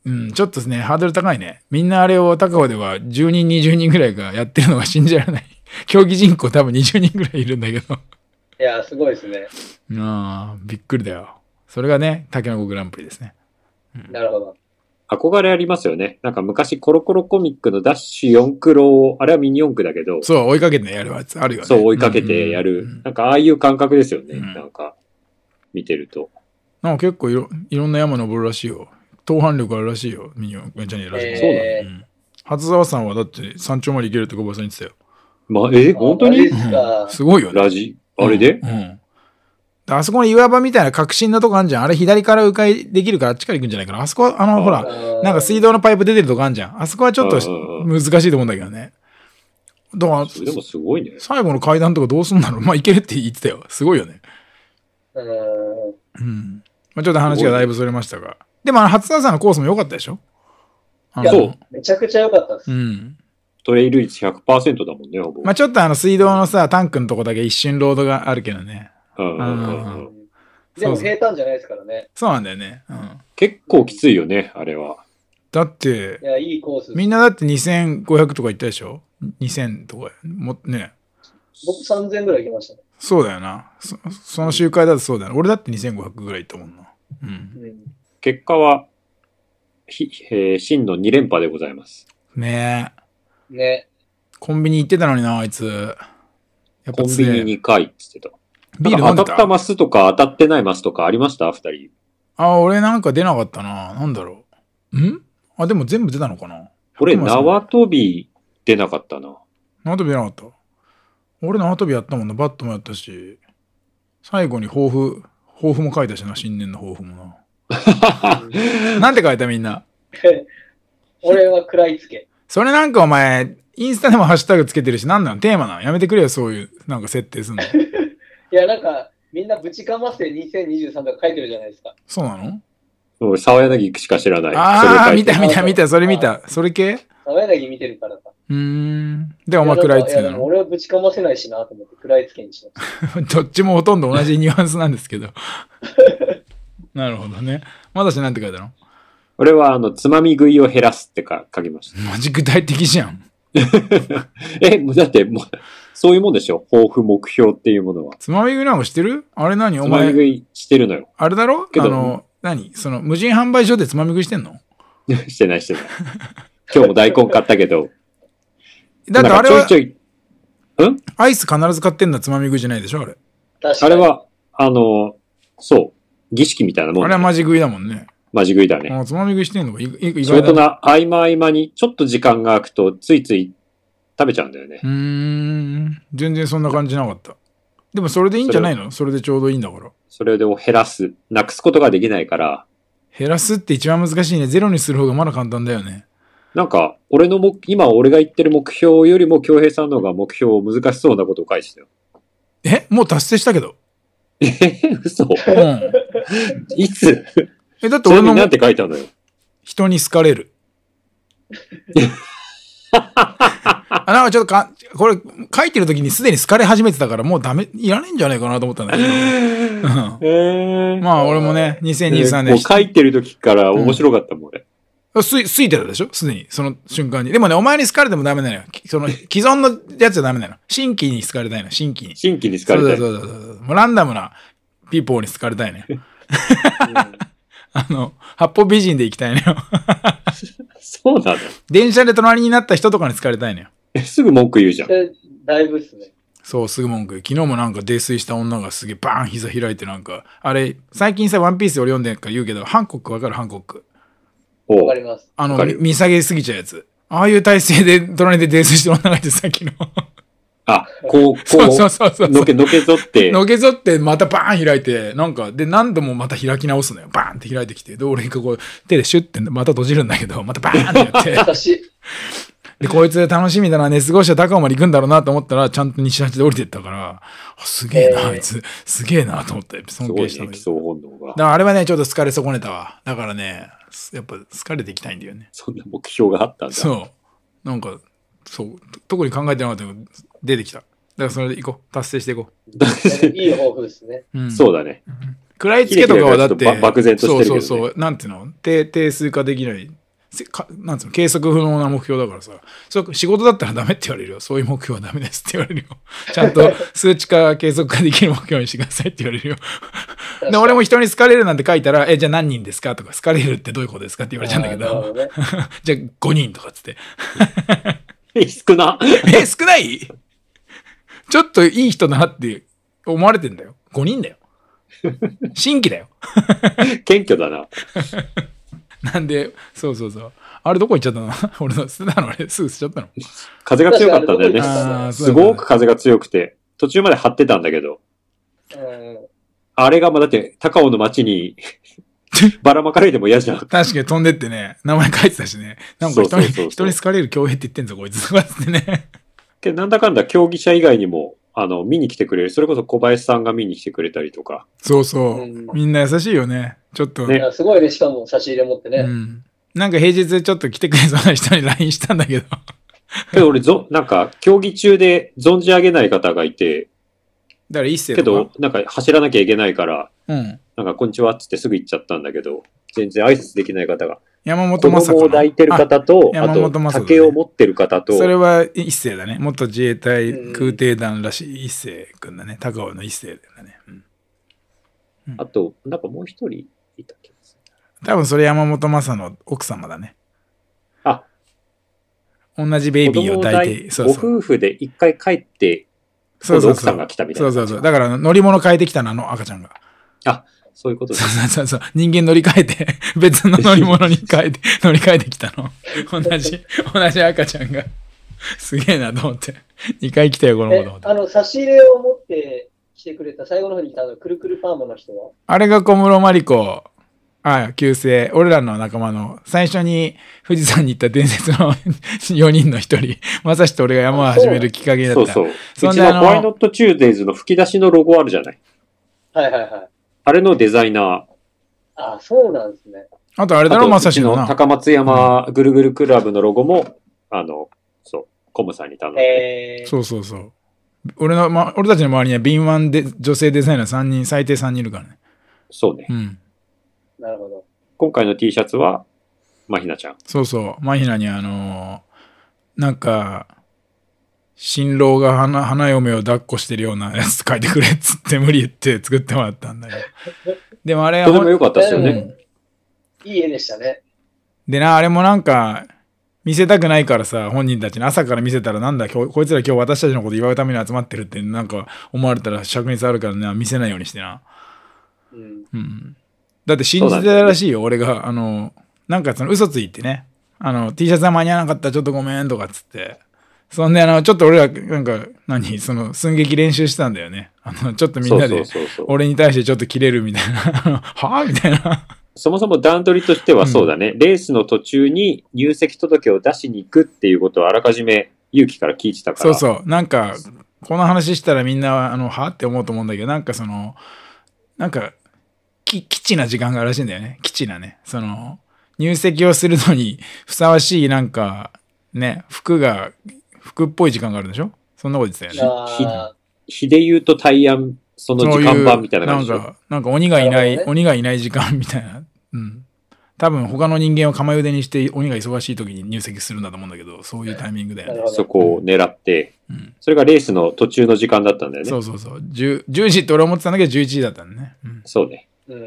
Speaker 2: うん、ちょっとですね、ハードル高いね。みんなあれを高尾では10人、20人ぐらいがやってるのが信じられない。 競技人口多分20人ぐらいいるんだけど。
Speaker 3: いや、すごいですね。
Speaker 2: ああ、びっくりだよ。それがね、竹の子グランプリですね。
Speaker 3: なるほど。
Speaker 1: 憧れありますよね。なんか昔コロコロコミックのダッシュ四駆郎を、あれはミニ四駆だけど、
Speaker 2: そう、追いかけてやるやつあるよね。
Speaker 1: そう追いかけてやる。
Speaker 2: うんうんうん
Speaker 1: なんかああいう感覚ですよね。
Speaker 2: うん
Speaker 1: なんか、見てると。
Speaker 2: なんか結構いろいろんな山登るらしいよ。登攀力あるらしいよ。ミニオン、めちゃにラジオ。
Speaker 3: へー
Speaker 2: そうだね。うん初沢さんはだって山頂まで行けるって小林さん言ってたよ。
Speaker 1: まあ、え本当
Speaker 3: あマジ
Speaker 1: に
Speaker 3: っすか
Speaker 2: すごいよね。
Speaker 1: ラジ、あれで
Speaker 2: うん。うんであそこの岩場みたいな革新のとこあんじゃん。あれ左から迂回できるからあっちから行くんじゃないかな。あそこ、あの、
Speaker 1: あ
Speaker 2: ほら、
Speaker 3: あー
Speaker 2: なんか水道のパイプ出てるとこあんじゃん。あそこはちょっと
Speaker 1: うんうん
Speaker 2: 難しいと思うんだけどね。だから
Speaker 1: それでもすごいね。
Speaker 2: 最後の階段とかどうすんだろう。まあ、行けるって言ってたよ。すごいよね。
Speaker 3: うーん
Speaker 2: うん。まあ、ちょっと話がだいぶそれましたが。でも、あの、初沢さんのコースも良かったでしょあの
Speaker 1: そう。
Speaker 3: めちゃくちゃ良かったです。
Speaker 2: うん。
Speaker 1: トレイル率100%だもんね、ほぼ。
Speaker 2: まあちょっとあの水道のさ、タンクのとこだけ一瞬ロードがあるけどね。
Speaker 1: うんうんうん
Speaker 2: う
Speaker 1: うんん
Speaker 3: で
Speaker 2: そう
Speaker 3: も
Speaker 2: そう
Speaker 3: 平坦じゃないですからね。
Speaker 2: そうなんだよね。うん。
Speaker 1: 結構きついよね、あれは。
Speaker 2: だって
Speaker 3: い、や、いいコース。
Speaker 2: みんなだって2500とか行ったでしょ ?2000 とか。もね。
Speaker 3: 僕3000ぐらい行きましたね。
Speaker 2: そうだよな。そその集会だとそうだよ、ね。俺だって2500ぐらい行ったもんな。うん。
Speaker 1: 結果は、ひえー真の2連覇でございます。
Speaker 2: ねえ。
Speaker 3: ね。
Speaker 2: コンビニ行ってたのにな、あいつ。やっぱ
Speaker 1: コン
Speaker 2: つ
Speaker 1: ビ
Speaker 2: い
Speaker 1: ニ2回って言ってた。
Speaker 2: ビール
Speaker 1: なん
Speaker 2: 飲ん
Speaker 1: か
Speaker 2: で
Speaker 1: 当たった
Speaker 2: た。
Speaker 1: マスとか当たってないマスとかありました二人。
Speaker 2: あ、俺なんか出なかったな。なんだろう。んあ、でも全部出たのかな
Speaker 1: 俺、
Speaker 2: 白馬さん
Speaker 1: 縄跳び出なかったな。
Speaker 2: 縄跳びやらなかった俺縄跳びやったもんなバットもやったし最後に抱負抱負も書いたしな新年の抱負もななんて書いたみんな
Speaker 3: 俺は食らいつけ。
Speaker 2: それなんかお前インスタでもハッシュタグつけてるし何なのテーマなのやめてくれよそういうなんか設定すんの
Speaker 3: いや、なんか、みんなぶちかませ2023とか書いてるじゃないですか。
Speaker 2: そうなの
Speaker 1: 俺、沢柳しか知らない。
Speaker 2: ああ
Speaker 1: それ書
Speaker 2: 見
Speaker 1: いて
Speaker 2: た見た見たそれ見たそれ系
Speaker 3: 青柳見てるからさ。
Speaker 2: うーんでお前食らいつけ
Speaker 3: や
Speaker 2: な
Speaker 3: なんかやで
Speaker 2: の
Speaker 3: も俺はぶちかませないしなと思って食らいつけにしました。
Speaker 2: どっちもほとんど同じニュアンスなんです けどなるほどねまだしなんて書いたの
Speaker 1: 俺は、あの、つまみ食いを減らすってか書きま した。
Speaker 2: マジ具体的じゃん
Speaker 1: え、もうだって、もう、そういうもんでしょ抱負、目標っていうものは。
Speaker 2: つまみ食いなんかしてるあれ何
Speaker 1: つ
Speaker 2: お
Speaker 1: まみ
Speaker 2: 前
Speaker 1: 食いしてるのよ。
Speaker 2: あれだろ
Speaker 1: けど
Speaker 2: あの、何その、無人販売所でつまみ食いしてんの
Speaker 1: してない してない。今日も大根買ったけど。
Speaker 2: だってあれ
Speaker 1: なんか
Speaker 2: は
Speaker 1: ちょ、いちょい。ん
Speaker 2: アイス必ず買ってんのはつまみ食いじゃないでしょあれ。
Speaker 3: 確か
Speaker 1: あ
Speaker 3: に。
Speaker 1: れは、あの、そう。儀式みたいなもん
Speaker 2: あ
Speaker 1: だ
Speaker 2: れはマジ食いだもんね。
Speaker 1: マジ食いだね。
Speaker 2: あつまみ食いしてんのか、いい意
Speaker 1: 仕事
Speaker 2: 外だ
Speaker 1: の
Speaker 2: ね。
Speaker 1: 合間合間に、ちょっと時間が空くと、ついつい食べちゃうんだよね
Speaker 2: う。ーん全然そんな感じなかったでもそれでいいんじゃないのそれでちょうどいいんだから
Speaker 1: それを減らす、なくすことができないから、
Speaker 2: 減らすって一番難しいねゼロにする方がまだ簡単だよね
Speaker 1: なんか、俺の目、今俺が言ってる目標よりも、京平さんの方が目標を難しそうなことを返してよ。
Speaker 2: えもう達成したけど
Speaker 1: え嘘
Speaker 2: うん
Speaker 1: いつ
Speaker 2: えだって
Speaker 1: ちなみ
Speaker 2: 俺
Speaker 1: に
Speaker 2: も
Speaker 1: なんて書いた のよ。
Speaker 2: 人に好かれ るあなんかちょっとかこれ書いてる時にすでに好かれ始めてたからもうダメいらねえんじゃないかなと思ったんだけどうん
Speaker 1: えー、
Speaker 2: まあ俺もね2023
Speaker 1: も
Speaker 2: 年
Speaker 1: う書いてる時から面白かったもん、俺。
Speaker 2: すすいてたでしょすでに、その瞬間に。でもね、お前に好かれてもダメなのよ。きその、既存のやつじゃダメなの。新規に好かれたいの、新規に。
Speaker 1: 新規に好か
Speaker 2: そう
Speaker 1: れ
Speaker 2: そ
Speaker 1: た
Speaker 2: う
Speaker 1: い。
Speaker 2: そうそうそう。もうランダムなピーポーに好かれたいね。 あの、八方美人で行きたいのよ。
Speaker 1: そうなの
Speaker 2: 電車で隣になった人とかに好かれたいのよ。
Speaker 1: えすぐ文句言うじゃん
Speaker 3: そ。れ、だいぶっすね。
Speaker 2: そう、すぐ文句言う。昨日もなんか泥酔した女がすげえバーン膝開いてなんか、あれ、最近さ、ワンピース俺読んでんから言うけど、ハンコックわかるハンコック。
Speaker 1: お
Speaker 3: わかり
Speaker 1: う
Speaker 3: ます。
Speaker 2: あ
Speaker 1: わ
Speaker 2: の、
Speaker 1: か
Speaker 2: み
Speaker 1: るよ
Speaker 2: 見下げすぎちゃうやつ。ああいう体勢で隣で泥酔してる女がいてさっきの。
Speaker 1: あ、こう、こ
Speaker 2: そうそうそうそう。
Speaker 1: のけ、のけぞって、
Speaker 2: のけぞってまたバーン開いて、なんか、で、何度もまた開き直すのよ。バーンって開いてきて、で、俺がこう、手でシュッてまた閉じるんだけど、またバーンって やって、
Speaker 3: 私、
Speaker 2: で、こいつ楽しみだな、寝過ごした高尾まで行くんだろうなと思ったら、ちゃんと西八で降りてったから、あすげえな、
Speaker 3: えー
Speaker 2: あいつ、すげえなと思って、
Speaker 1: す
Speaker 2: 尊
Speaker 1: ご
Speaker 2: 敬
Speaker 1: い
Speaker 2: した
Speaker 1: ね、
Speaker 2: んだ
Speaker 1: 基
Speaker 2: けど。
Speaker 1: 礎本能が
Speaker 2: だ。からあれはね、ちょっと疲れ損ねたわ。だからね、すやっぱ疲れていきたいんだよね。
Speaker 1: そんな目標があったんだ。
Speaker 2: そう。なんか、そう、特に考えてなかったけど、出てきた。だからそれで行こう。達成していこ
Speaker 3: いい抱負ですね。
Speaker 2: う。うん
Speaker 1: そうだね。
Speaker 2: 食らいつけとかはだっ
Speaker 1: キラキラがちょっ
Speaker 2: て、
Speaker 1: とば漠然としてるけど
Speaker 2: そう
Speaker 1: ね
Speaker 2: そうそう、なんていうの、定定数化できない、せかなんていうの、計測不能な目標だからさ、そう仕事だったらダメって言われるよ。そういう目標はダメですって言われるよ。ちゃ んと数値化、計測化できる目標にしてくださいって言われるよ。
Speaker 3: 確
Speaker 2: で、
Speaker 3: か
Speaker 2: 俺も人に好かれるなんて書いたら、え、じゃあ何人ですかとか、好かれるってどういうことですかって言われちゃうんだけ
Speaker 3: あーなる
Speaker 2: ど、
Speaker 3: ほどね
Speaker 2: じゃあ5人とかっつって、
Speaker 1: 少な。
Speaker 2: え、少ないちょっといい人だなって思われてんだよ。5人だよ。新規だよ。
Speaker 1: 謙虚だな。
Speaker 2: なんで、そうそうそう。あれどこ行っちゃったの 俺の捨てたのあれすぐ捨てちゃったの
Speaker 1: 風が強かったんだよ
Speaker 3: 確かにあれどこ行っ
Speaker 1: ね。
Speaker 3: あー
Speaker 1: すごく。風が強くて、途中まで張ってたんだけど、
Speaker 3: うん
Speaker 1: あれがまあだって高尾の町に ばらまかれても嫌じゃん。
Speaker 2: 確かに飛んでってね、名前書いてたしね。なんか人に、
Speaker 1: そうそうそうそう
Speaker 2: 人に好かれる強兵って言ってんぞ、こいつと かっつってね。
Speaker 1: けどなんだかんだ競技者以外にも、あの、見に来てくれる。それこそ小林さんが見に来てくれたりとか。
Speaker 2: そう そう。
Speaker 3: うん
Speaker 2: みんな優しいよね。ちょっと。
Speaker 1: ね
Speaker 3: いやすごいね、しかも差し入れ持ってね。
Speaker 2: うん。なんか平日ちょっと来てくれそうな人に LINE したんだけど。
Speaker 1: けど俺ぞ、なんか、競技中で存じ上げない方がいて、
Speaker 2: だから一世
Speaker 1: け
Speaker 2: と
Speaker 1: ど
Speaker 2: か。、
Speaker 1: なんか走らなきゃいけないから、
Speaker 2: うん。
Speaker 1: なんか、こんにちはっつってすぐ行っちゃったんだけど、全然挨拶できない方が。
Speaker 2: 山
Speaker 1: 子
Speaker 2: 本
Speaker 1: 供
Speaker 2: まさかの。
Speaker 1: を抱いてる方と、
Speaker 2: あ
Speaker 1: あ
Speaker 2: 山
Speaker 1: と
Speaker 2: 本雅、子だね
Speaker 1: 竹を持ってる方と、
Speaker 2: それは一世だね。元自衛隊
Speaker 3: うん
Speaker 2: 空挺団らしい一世くんだね。高尾の一世だね。うん
Speaker 1: あと、なんかもう一人いた気がする。
Speaker 2: 多分それ山本昌の奥様だね。
Speaker 1: あ、
Speaker 2: 同じベイビーを抱いて、
Speaker 1: 子
Speaker 2: そ
Speaker 1: 供
Speaker 2: う
Speaker 1: を
Speaker 2: そう。
Speaker 1: ご夫婦で一回帰って、
Speaker 2: そうそう
Speaker 1: 奥さ
Speaker 2: そ
Speaker 1: んが
Speaker 2: う。
Speaker 1: 来たみたい
Speaker 2: そ
Speaker 1: な。
Speaker 2: うそうそう。だから乗り物変えてきたの、あの赤ちゃんが。
Speaker 1: そういうことで
Speaker 2: そう
Speaker 1: す。
Speaker 2: そうそうそう。人間乗り換えて、 別の乗り物に変 えて、乗り換えてきたの。同じ、同じ赤ちゃんが。すげえなと思って。2回来たよ、この子
Speaker 3: え
Speaker 2: と思って
Speaker 3: あの、差し入れを持ってきてくれた最後の方にいたあの、くるくるパーマの人は
Speaker 2: あれが小室真理子。あ、旧姓。俺らの仲間の、最初に富士山に行った伝説の 4人の一人。まさしと俺が山を始めるきっかけだった。
Speaker 1: そうそう。うち
Speaker 2: そ
Speaker 1: の
Speaker 2: ん
Speaker 1: ホ
Speaker 2: であの
Speaker 1: ワイノットチューデイズの吹き出しのロゴあるじゃない。
Speaker 3: はいはいはい。
Speaker 1: あれのデザイナー。
Speaker 3: ああ、そうなんですね。
Speaker 2: あとあれだ
Speaker 1: あ
Speaker 2: ろ、
Speaker 1: と
Speaker 2: まさしの
Speaker 1: うち
Speaker 2: な。
Speaker 1: 高松山ぐるぐるクラブのロゴも、あの、そう、コムさんに頼んで。
Speaker 3: えー、
Speaker 2: そうそうそう。俺の、ま、俺たちの周りには敏腕で女性デザイナー3人、最低3人いるからね。
Speaker 1: そうね
Speaker 2: う。ん。
Speaker 3: なるほど。
Speaker 1: 今回の T シャツは、まひなちゃん。
Speaker 2: そうそう。マヒナにあのーなんか、新郎が花花嫁を抱っこしてるようなやつ書いてくれっつって無理言って作ってもらったんだけど。でもあれは
Speaker 1: とても良かったですよ
Speaker 3: だ
Speaker 1: ね。
Speaker 3: いい絵でしたね。
Speaker 2: でな、あれもなんか、見せたくないからさ、本人たちに朝から見せたらなんだ、今日こいつら今日私たちのこと祝うために集まってるって、なんか思われたら灼熱あるからな、見せないようにしてな。
Speaker 3: うん。
Speaker 2: うん。だって信じてたらしいよ、俺が。あの、なんかその嘘ついてね。あの、T シャツは間に合わなかった、ちょっとごめんとかっつって。そんで、あの、ちょっと俺ら、なんか、何、その、寸劇練習したんだよね。あの、ちょっとみん
Speaker 1: そう
Speaker 2: な
Speaker 1: そう
Speaker 2: で、
Speaker 1: そうそう。
Speaker 2: 俺に対してちょっと切れるみたいな。あのはぁみたいな。
Speaker 1: そもそも段取りとしてはそうだね、レースの途中に入籍届を出しに行くっていうことをあらかじめ勇気から聞いてたから。
Speaker 2: そうそう。なんか、この話したらみんな、あの、はって思うと思うんだけど、なんかその、なんか、き、基地な時間があるらしいんだよね。基地なね。その、入籍をするのにふさわしい、なんか、ね、服が、服っぽい時間があるんでしょそんなこと言ってたよね。
Speaker 1: ひ
Speaker 3: あ
Speaker 1: 日で言うと対案、その時間版みたいな感じ
Speaker 2: そ
Speaker 1: で
Speaker 2: う
Speaker 1: し
Speaker 2: うなん
Speaker 1: ょ。
Speaker 2: か、なんか鬼がいない、
Speaker 3: なるほどね
Speaker 2: 鬼がいない時間みたいな。うん。多分他の人間を釜茹でにして鬼が忙しい時に入籍するんだと思うんだけど、そういうタイミングだ
Speaker 3: ー
Speaker 2: よ
Speaker 3: な
Speaker 2: ね
Speaker 3: る。ほ
Speaker 1: そ
Speaker 3: ど。
Speaker 1: こを狙って、
Speaker 2: うん
Speaker 1: それがレースの途中の時間だったんだよね。
Speaker 2: そうそうそう。10, 10時って俺思ってたんだけど、11時だったんだね。うん
Speaker 1: そうね。
Speaker 3: うん。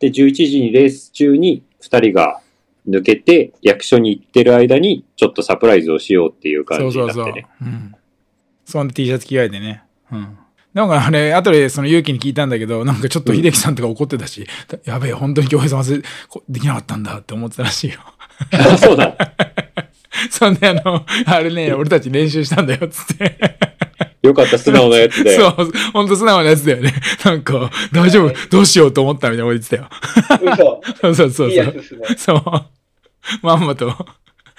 Speaker 1: で、11時にレース中に2人が抜けて、役所に行ってる間に、ちょっとサプライズをしようっていう
Speaker 2: そ
Speaker 1: 感
Speaker 2: う
Speaker 1: じに
Speaker 2: そ
Speaker 1: な
Speaker 2: う
Speaker 1: って
Speaker 2: そ
Speaker 1: ね。
Speaker 2: う。うん。そんで T シャツ着替えてね。うん。なんかあれ、後でその勇気に聞いたんだけど、なんかちょっと秀樹さんとか怒ってたし、やべえ、本当に京平さん忘れこできなかったんだって思ってたらしいよ。
Speaker 1: あそうだ。
Speaker 2: そんであの、あれね、俺たち練習したんだよ、つって。
Speaker 1: よかった、素直なやつで。
Speaker 2: そう、ほんと素直なやつだよね。なんか、大丈夫、どうしようと思ったみたいなこと言ってたよ。
Speaker 3: 嘘。
Speaker 2: そうそうそう
Speaker 3: いい
Speaker 2: そ
Speaker 3: や
Speaker 2: う。
Speaker 3: つっすね。
Speaker 2: そう。まんまと。
Speaker 3: 確か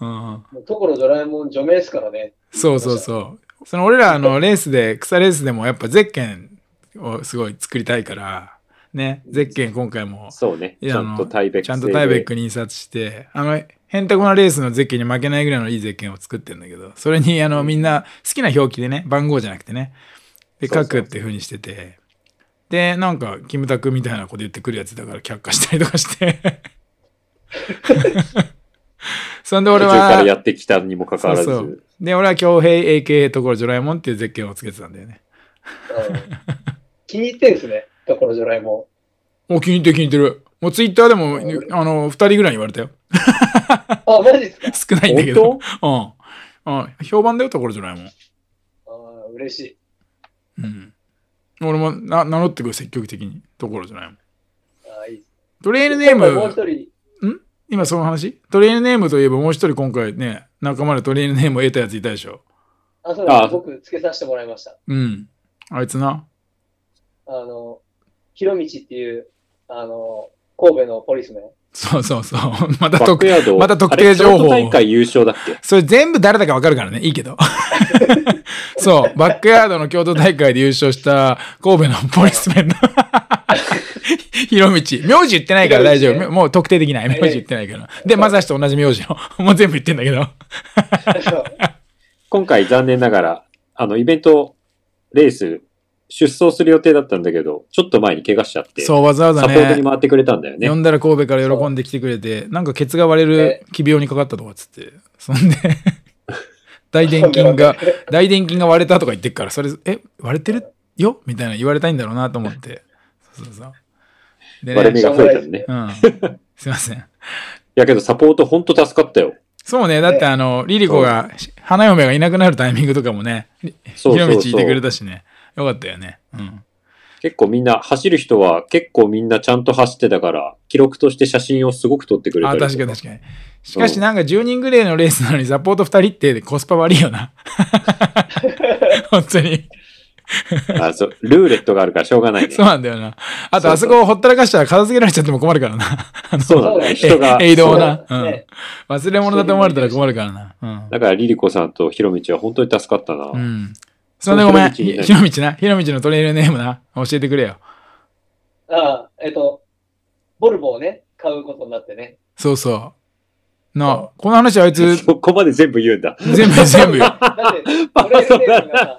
Speaker 2: うん。
Speaker 3: に。ところドラえもん除名ですからね。
Speaker 2: そうそうそう。その俺らあのレースで、草レースでもやっぱゼッケンをすごい作りたいから、ね、ゼッケン今回も
Speaker 1: そうね。
Speaker 2: いや
Speaker 1: ちゃんとタイベック
Speaker 2: ちゃんと
Speaker 1: 製
Speaker 2: タイベ
Speaker 1: で
Speaker 2: ックに印刷して、あの、へんてこなレースのゼッケンに負けないぐらいのいいゼッケンを作ってんだけど、それに、あの、みんな好きな表記でね、番号じゃなくてね、で、
Speaker 1: そうそ
Speaker 2: 書
Speaker 1: う
Speaker 2: くっていう風にしてて、で、なんか、キムタクみたいなこと言ってくるやつだから却下したりとかして。 そんで
Speaker 1: 途
Speaker 2: 俺
Speaker 1: 中からや
Speaker 2: は、
Speaker 1: ってきたにもかか
Speaker 2: そ
Speaker 1: わ
Speaker 2: う
Speaker 1: らず。
Speaker 2: そう。で、俺は京平 AKA ところジョラえもんっていうゼッケンをつけてたんだよね。
Speaker 3: うん、気に入ってんすね。ところドラえも
Speaker 2: お、気に入ってる気に入ってる。もうツイッターでも、あの、二人ぐらいに言われたよ。
Speaker 3: ん。あ、マジっすか
Speaker 2: 少ないんだけど。うん。うん、評判だよ、ところじゃないもん。
Speaker 3: あー嬉しい。
Speaker 2: うん。俺もな名乗ってくる、積極的に。ところじゃないもん。
Speaker 3: あーいいっす
Speaker 2: トレイルネー
Speaker 3: もう一
Speaker 2: ム、
Speaker 3: 人、
Speaker 2: 今その話トレイルネームといえばもう一人今回ね、仲間でトレイルネームを得たやついたでしょ。
Speaker 3: あ、そうなん
Speaker 1: あ
Speaker 3: で
Speaker 1: ー
Speaker 3: す。僕、つけさせてもらいました。
Speaker 2: うん。あいつな。
Speaker 3: あの、ひろみちっていう、あの、神戸のポリスメン。
Speaker 2: そうそうそう。ま
Speaker 1: バッ
Speaker 2: た
Speaker 1: ク
Speaker 2: 特、
Speaker 1: ヤードを
Speaker 2: また特定情報
Speaker 1: あ
Speaker 2: を
Speaker 1: れ京都大会優勝だっけ
Speaker 2: それ全部誰だかわかるからね、いいけど。 そう、バックヤードの京都大会で優勝した神戸のポリスメンの ひろみち。名字言ってないから大丈
Speaker 3: ひろみ
Speaker 2: 夫。
Speaker 3: ち
Speaker 2: もう特定できない。名字言ってないから。で、まさしと同じ名字の。もう全部言ってんだけど。
Speaker 3: そう
Speaker 1: 今回残念ながら、あの、イベント、レース、出走する予定だったんだけど、ちょっと前に怪我しちゃって、
Speaker 2: そう、わざわざ
Speaker 1: サポート
Speaker 2: ね
Speaker 1: に。回ってくれたんだよね
Speaker 2: 呼。んだら神戸から喜んで来てくれて、なんかケツが割れる奇病にかかったとかっつって。そんで、 大殿筋が、大殿筋が割れたとか言ってっから、それ、え、割れてるよみたいな言われたいんだろうなと思って。そうそうそう。で
Speaker 1: 割れ目が増えたの
Speaker 3: しょうがないで
Speaker 1: ね
Speaker 2: う
Speaker 3: す。
Speaker 2: ん。すいません。
Speaker 1: いやけど、サポートほんと助かったよ。
Speaker 2: そうね、だってあの、リリコが、花嫁がいなくなるタイミングとかもね、ひ
Speaker 1: そう
Speaker 2: ろ
Speaker 1: そ
Speaker 2: み
Speaker 1: う
Speaker 2: ちい
Speaker 1: そ
Speaker 2: てくれ
Speaker 1: う。
Speaker 2: たしね、よかったよね。うん。
Speaker 1: 結構みんな、走る人は結構みんなちゃんと走ってたから、記録として写真をすごく撮ってくれた
Speaker 2: あ、
Speaker 1: りと
Speaker 2: 確かに確かに。しかしなんか10人ぐらいのレースなのにサポート2人ってコスパ悪い よな。本当に。
Speaker 1: あそうルーレットがあるからしょうがないね。
Speaker 2: そうなんだよな。
Speaker 1: そ
Speaker 2: あと
Speaker 1: うそう
Speaker 2: あそこをほったらかしたら片付けられちゃっても困るからな。
Speaker 1: そうなんだよ。
Speaker 3: え
Speaker 1: 人が。
Speaker 2: え移動
Speaker 1: そう
Speaker 2: な。う
Speaker 3: そうだ
Speaker 2: ん
Speaker 3: ね。
Speaker 2: 忘れ物だと思われたら困るからな。うん。
Speaker 1: だから、リリコさんとひろみちは本当に助かったな。
Speaker 2: うん。それでごめん。
Speaker 1: ひろみちにね
Speaker 2: ひろみちな。ひろみちのトレイルネームな。教えてくれよ。
Speaker 3: あーえっと、ボルボをね、買うことになってね。
Speaker 2: そうそう。なあ、この話あい つ、
Speaker 1: そこまで全部言うん だ。
Speaker 2: 全部全部よ。
Speaker 3: だって、トレーニングがさ、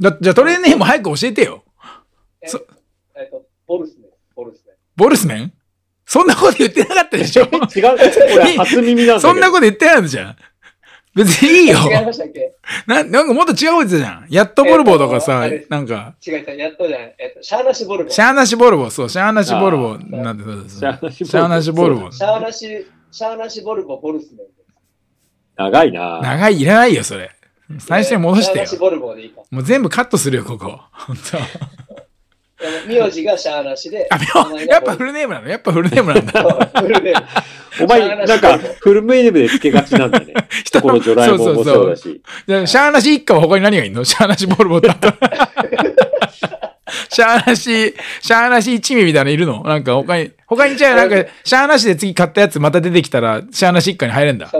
Speaker 2: だじゃあトレイルネーム早く教えてよ。
Speaker 3: え
Speaker 2: そ
Speaker 3: えっと、ボルスメン、ボルスメン。
Speaker 2: ボルスメンそんなこと言ってなかったでしょ
Speaker 1: 違う、俺初耳なんだけど。
Speaker 2: そんなこと言ってないのじゃん。別にいいよ。
Speaker 3: 違いましたっけ
Speaker 2: ななんかもっと違うこと言ってたじゃん。やっとボルボとかさ、
Speaker 3: えーとあれ
Speaker 2: なんか、
Speaker 3: 違いました。やっとじゃない。えっと、シャーナシボルボ。
Speaker 2: シャーナシボルボ、そう、シャーナシボルボなんてそうです。シ
Speaker 1: シャーナシボルボ
Speaker 2: ャーナシボルボ。
Speaker 3: シャーナシ、シャーナシボルボ、ボルスメン。
Speaker 1: 長いな
Speaker 2: 長い、いらないよ、それ。最初に戻して
Speaker 3: シャー
Speaker 2: よ
Speaker 3: ナシ。ボルボでいいか。
Speaker 2: もう全部カットするよ、ここ。本当。
Speaker 3: 名字がシャーナシで、
Speaker 2: あ、でもやっぱフルネームなのやっぱフルネームなんだ。
Speaker 3: そうフルネーム
Speaker 1: お前、なんか、フルメールでつけがちなんだ ね。
Speaker 2: 人
Speaker 1: ところジョライモンもそうだし。
Speaker 2: じゃあシャーナシ一家は他に何がいるのシ ャーナシボルボと。 シャーナシ、シャーナシ一味みたいなのいるのなんか他に、他にじゃあなんか、シャーナシで次買ったやつまた出てきたら、シャーナシ一家に入れんだ。
Speaker 3: シ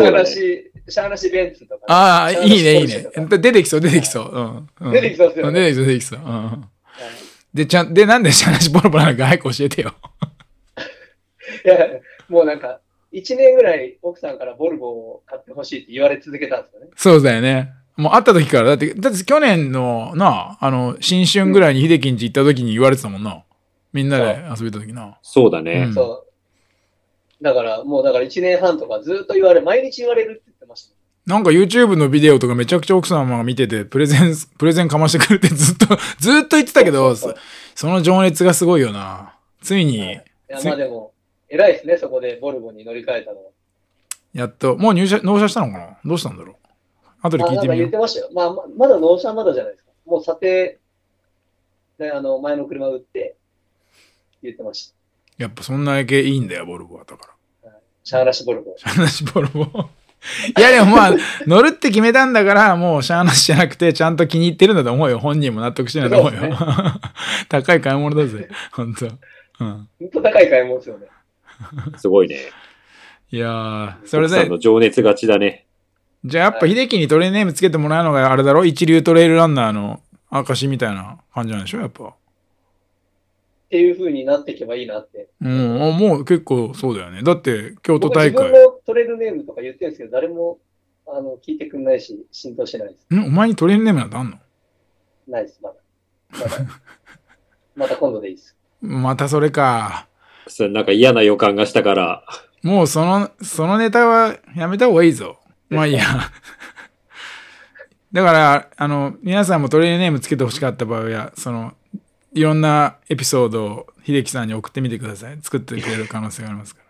Speaker 3: ャーナシ、シャーナシベンツとか。
Speaker 2: ああ、
Speaker 3: シャ
Speaker 2: い
Speaker 3: ーナシ
Speaker 2: いね、いい
Speaker 3: ポルシェ
Speaker 2: ね
Speaker 3: とか。
Speaker 2: 出てきそう、出てきそう。うんうん
Speaker 3: 出てきそうっすよね
Speaker 2: 出てきそう、出てきそう。うんうんで、ちゃん、で、なんでシャーナシボルボなのか早く教えてよ。
Speaker 3: いや、 もうなんか、1年ぐらい奥さんからボルボを買ってほしいって言われ続けたんですよね。
Speaker 2: そうだよね。もう会った時から、だって、だって去年の、なあ、あの、新春ぐらいに秀樹んち行った時に言われてたもんな。みんなで遊びた時な。
Speaker 1: そうだね。
Speaker 3: そう。だから、もうだから1年半とかずっと言われ、毎日言われるって言ってました。
Speaker 2: なんか YouTube のビデオとかめちゃくちゃ奥様が見てて、プレゼン、プレゼンかましてくれて ずっと、ずっと言ってたけど、
Speaker 3: そうそう
Speaker 2: そその情熱がすごいよな。つい
Speaker 3: はい
Speaker 2: に
Speaker 3: い、や、まあでも、偉いですね、そこでボルボに乗り換えたのは。
Speaker 2: やっと、もう入社、納車したのかなどうしたんだろう後で
Speaker 3: あ
Speaker 2: 聞い
Speaker 3: なん
Speaker 2: て
Speaker 3: か
Speaker 2: みよ
Speaker 3: 言っ
Speaker 2: う
Speaker 3: て。ましたよ。まあ、ままだ納車はまだじゃないですか。もう査定、ね、あの、前の車売って、言ってました。
Speaker 2: やっぱそんなだけいいんだよ、ボルボは。だから。
Speaker 3: シャーラシボルボ。
Speaker 2: シャーナシボル ボ。いやでもま あ、乗るって決めたんだから、もうシャーナシじゃなくて、ちゃんと気に入ってるんだと思うよ。本人も納得してないと思うよ。
Speaker 3: そうで
Speaker 2: 高い買い物だぜ。本当うん。
Speaker 3: 本当高い買い物ですよね。
Speaker 1: すごいね。
Speaker 2: いやー、そ
Speaker 1: そ
Speaker 2: れ
Speaker 1: れさ
Speaker 2: で
Speaker 1: ん、の情熱がちだね。
Speaker 2: じゃあやっぱ秀樹にトレーネームつけてもらうのがあれだろ一流トレイルランナーの証みたいな感じなんでしょやっぱ。
Speaker 3: っていう風になっていけばいいなって。
Speaker 2: うん、あもう結構そうだよね。だって京都
Speaker 3: 僕
Speaker 2: 大
Speaker 3: 自分
Speaker 2: 会。
Speaker 3: のトレールネームとか言ってるんですけど、誰もあの聞いてくんないし、浸透してないです。
Speaker 2: んお前にトレーニングネームなんてあんの
Speaker 3: ないです、まだ。まだ また今度でいいです。
Speaker 2: またそれか。
Speaker 1: それなんか嫌な予感がしたから、
Speaker 2: もうその、そのネタはやめた方がいいぞ。まあいいや。 だから、あの、皆さんもトレーニングネームつけてほしかった場合は、その、いろんなエピソードを秀樹さんに送ってみてください。作ってくれる可能性がありますか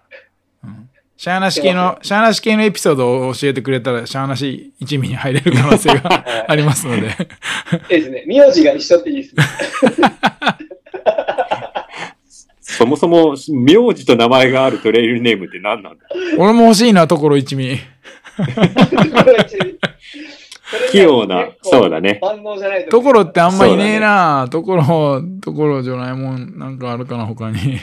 Speaker 2: ら。うんシャーナシ系の、シャーナシ系のエピソードを教えてくれたら、シャーナシ一味に入れる可能性がありますので。
Speaker 3: いいですね。名字が一緒っていいですね。
Speaker 1: そもそも名字と名前があるトレイルネームって何なんだ
Speaker 2: 俺も欲しいな、ところ一味。
Speaker 1: 器用 な、そうだね。
Speaker 3: 万能じゃない
Speaker 2: ところってあんまいねえ
Speaker 1: そう
Speaker 2: な。ところ、ところじゃないもん、なんかあるかな、他 に。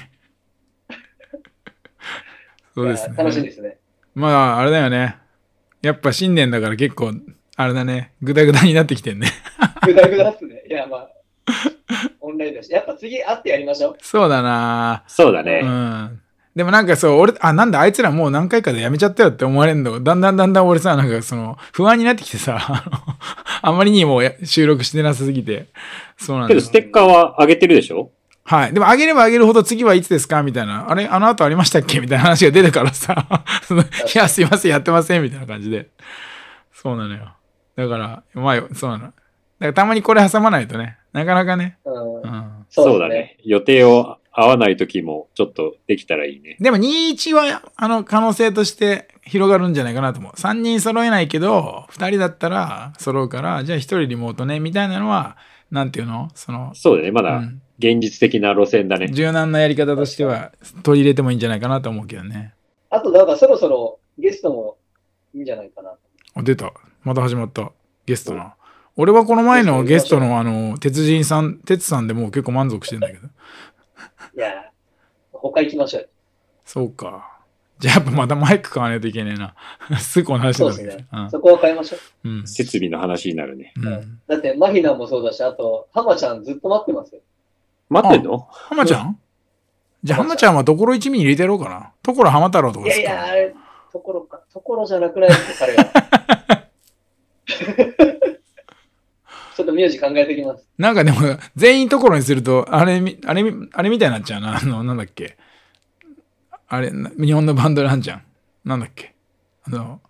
Speaker 2: そうです
Speaker 3: 楽しい
Speaker 2: ね。
Speaker 3: ですね。
Speaker 2: まあ、あれだよね。やっぱ新年だから結構、あれだね。ぐだぐだになってきてんね。
Speaker 3: ぐだぐだっすね。いや、まあ、オンラインだし。やっぱ次会ってやりましょう。
Speaker 2: そうだな。
Speaker 1: そうだ
Speaker 2: う
Speaker 1: ね。
Speaker 2: ん。でもなんかそう、俺、あ、なんだ、あいつらもう何回かでやめちゃったよって思われるんだ。だんだんだんだん俺さ、なんかその、不安になってきてさ、 あのあまりにもや収録してなさすぎて。そうなん
Speaker 1: け
Speaker 2: だよ
Speaker 1: ど、ステッカーはあげてるでしょ
Speaker 2: はい。でも、あげればあげるほど次はいつですかみたいな。あれあの後ありましたっけみたいな話が出てからさ。 そのいや、すいません、やってません。みたいな感じで。そうなのよ。だから、まあ、そうなの。だから、たまにこれ挟まないとね。なかなかね。
Speaker 3: うん
Speaker 2: う、ん。
Speaker 1: そ
Speaker 3: そうう
Speaker 1: だ
Speaker 3: だね。
Speaker 1: ね。予定を合わない時も、ちょっとできたらいいね。
Speaker 2: でも、21は、あの、可能性として広がるんじゃないかなと思う。3人揃えないけど、2人だったら揃うから、じゃあ1人リモートね、みたいなのは、なんていうのその、
Speaker 1: そうだね。ま
Speaker 2: う
Speaker 1: だ
Speaker 2: ん
Speaker 1: 現実的な路線だね。
Speaker 2: 柔軟なやり方としては取り入れてもいいんじゃないかなと思うけどね。
Speaker 3: あと、なんかそろそろゲストもいいんじゃないかな。
Speaker 2: あ、出た。また始まった。ゲストな。俺はこの前のゲストのあの、鉄人さん、鉄さんでもう結構満足してんだけど。
Speaker 3: いや、他行きましょうよ。
Speaker 2: そうか。じゃあやっぱまたマイク買わないといけねえな。 すぐこの話だ
Speaker 3: そう
Speaker 2: わ
Speaker 3: で
Speaker 2: け
Speaker 3: す
Speaker 2: です
Speaker 3: ね。そこは変えましょう。
Speaker 2: うん。
Speaker 1: 設備の話になるね。
Speaker 2: う。
Speaker 3: うんだって、マヒナもそうだし、あと、ハマちゃんずっと待ってますよ。
Speaker 1: 待ってんの
Speaker 2: ハマちゃんじゃあハ
Speaker 3: ハマちゃ
Speaker 2: マちゃ
Speaker 3: ん
Speaker 2: んはところ一味に入れてやろうかな。ところハマ太郎とかで
Speaker 3: いや
Speaker 2: す
Speaker 3: いや、あ
Speaker 2: か。
Speaker 3: れ、ところか、ところじゃなくないですか、彼は。 ちょっと名字考えてき ます。
Speaker 2: なんかでも、全員ところにすると、あれみ、あれみ、あれみたいになっちゃうな。あの、なんだっけ。あれ、な日本のバンドなんじゃん。なんだっけ。あの、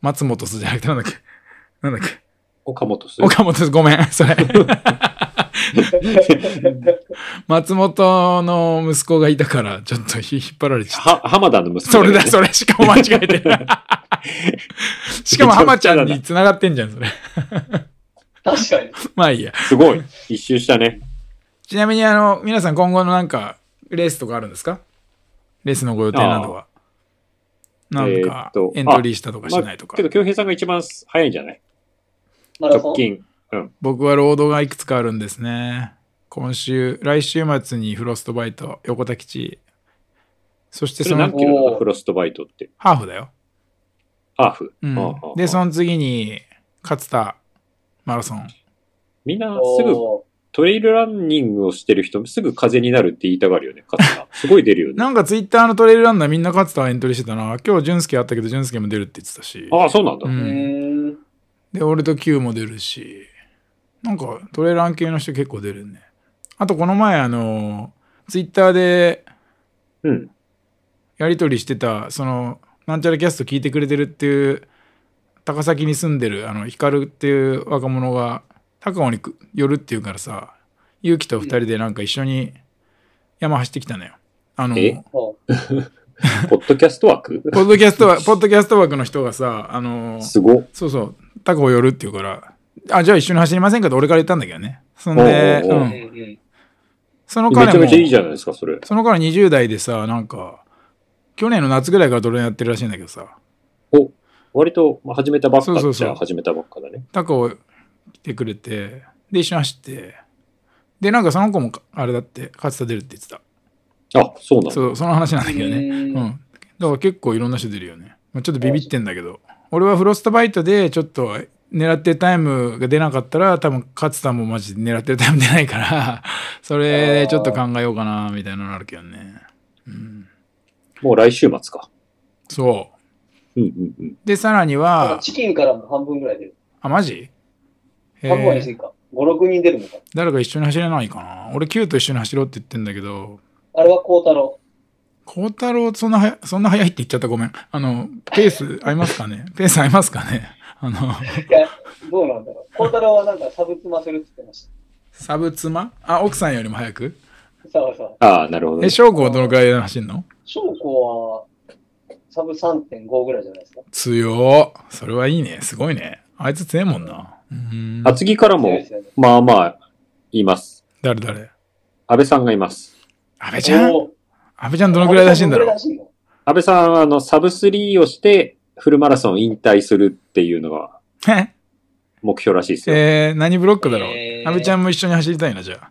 Speaker 2: 松本すじゃなくてなんだっけ。なんだっけ。
Speaker 1: 岡本す
Speaker 2: 岡本ごめん、それ。 松本の息子がいたから、ちょっとひ引っ張られちゃった。
Speaker 1: は、浜田の 息子
Speaker 2: そ
Speaker 1: だよ
Speaker 2: れ
Speaker 1: ね
Speaker 2: だ、それ。しかも間違えてる。しかも浜ちゃんに繋がってんじゃん、それ。
Speaker 3: 確かに。
Speaker 2: まあいいや。
Speaker 1: すごい。一周した ね。
Speaker 2: ちなみに、あの、皆さん今後のなんか、レースとかあるんですかレースのご予定などは。なんか
Speaker 1: えーっと
Speaker 2: エントリーしたとかし
Speaker 1: ま
Speaker 2: ない
Speaker 1: あ
Speaker 2: とか
Speaker 1: け。ど、京平さんが一番早いんじゃない
Speaker 3: マラ
Speaker 1: 直
Speaker 3: ソン
Speaker 1: 近。
Speaker 2: 僕はロードがいくつかあるんですね。今週、来週末にフロストバイト、横田基地。そして
Speaker 1: そ
Speaker 2: そ
Speaker 1: れ何
Speaker 2: の
Speaker 1: キロな
Speaker 3: お
Speaker 1: の
Speaker 3: ー
Speaker 1: フロストバイトって。
Speaker 2: ハーフだよ。
Speaker 1: ハーフ。
Speaker 2: うん
Speaker 1: ああああ
Speaker 2: で、その次に勝田マラソン。
Speaker 1: みんなすぐ
Speaker 3: お
Speaker 1: トレイルランニングをしてる人、すぐ風になるって言いたがるよね、風 が。すごい出るよね。
Speaker 2: なんかツイッターのトレイルランナーみんな勝田エントリーしてたな。今日、俊介あったけど、俊介も出るって言ってたし。
Speaker 1: ああ、そうなんだ。
Speaker 2: う、
Speaker 3: ーうんーん。
Speaker 2: で、俺と Q も出るし。なんかトレラン系の人結構出るね。あと、この前、あの、ツイッターで
Speaker 1: うん。
Speaker 2: やり取りしてたそのなんちゃらキャスト聞いてくれてるっていう高崎に住んでるあの光っていう若者が高尾にく寄るっていうからさ勇気と二人でなんか一緒に山走ってきたのよ。あの
Speaker 1: え
Speaker 3: お
Speaker 1: ポッドキャスト枠
Speaker 2: ポッドキャストはポッドキャスト枠の人がさあの
Speaker 1: すごっ。
Speaker 2: そうそう高尾寄るっていうからあじゃあ一緒に走りませんかって俺から言ったんだけどね。そんで、
Speaker 1: おうおうおう
Speaker 2: う
Speaker 3: うんんうん。
Speaker 2: その
Speaker 1: め
Speaker 2: 彼
Speaker 1: ちゃ
Speaker 2: も
Speaker 1: めちゃいいじゃないですか、それ。
Speaker 2: その彼20代でさなんか去年の夏ぐらいからトレーナーやってるらしいんだけどさ。
Speaker 1: お割とまあ始めたばっか
Speaker 2: そうそ
Speaker 1: っ
Speaker 2: う
Speaker 1: ち
Speaker 2: そう
Speaker 1: ゃ始めたばっかだね。
Speaker 2: タカを来てくれてで一緒に走ってでなんかその子もかあれだって勝田出るって言ってた
Speaker 1: あ、そうなんだ。
Speaker 2: そうその話なんだけどねうん
Speaker 3: ね。
Speaker 2: だから結構いろんな人出るよね、まあ、ちょっとビビってんだけど俺はフロストバイトでちょっと狙ってるタイムが出なかったら多分勝田もマジで狙ってるタイム出ないから それちょっと考えようかなみたいなのあるけどねうん
Speaker 1: もう来週末か。
Speaker 2: そ
Speaker 1: うんうんうん
Speaker 2: う。でさらには
Speaker 3: チキンからも半分ぐらい出る。
Speaker 2: あマジへ
Speaker 3: 半分は
Speaker 2: え
Speaker 3: 言い過ぎか。5、6人出るのか。
Speaker 2: 誰か一緒に走れないかな俺 Q と一緒に走ろうって言ってんだけど
Speaker 3: あれは孝太郎。
Speaker 2: 孝太郎、そんなはや、そんな早いって言っちゃったごめん。あの、ペース合いますかねペース合いますかねあの、
Speaker 3: いや、どうなんだろう。孝太郎はなんかサブ妻するって言ってまし
Speaker 2: サブ妻あ、奥さんよりも早く
Speaker 3: た。さあさあ。
Speaker 1: ああ、なるほど、ね
Speaker 2: え、。翔子はどのくらいで走んの
Speaker 3: 翔子はサブ3.5ぐらいじゃないですか。
Speaker 2: 強っそれはいいね。すごいね。あいつ強えもんな。うーん。
Speaker 1: 厚木から
Speaker 3: 強い
Speaker 1: も
Speaker 3: です、よね。
Speaker 1: まあまあ、います。
Speaker 2: 誰誰
Speaker 1: 安倍さんがいます。
Speaker 2: 安倍ちゃん
Speaker 3: おー
Speaker 2: 安倍ちゃんどのくらい走んだ
Speaker 3: どの
Speaker 2: ろ
Speaker 3: くらい出してんの
Speaker 1: 安倍さんは、あの、サブ3をして、フルマラソン引退するっていうのが
Speaker 2: うえ
Speaker 1: 目標らしいですよ。
Speaker 2: ー、何ブロックだろう
Speaker 3: えー
Speaker 2: 安倍ちゃんも一緒に走りたいな、じゃ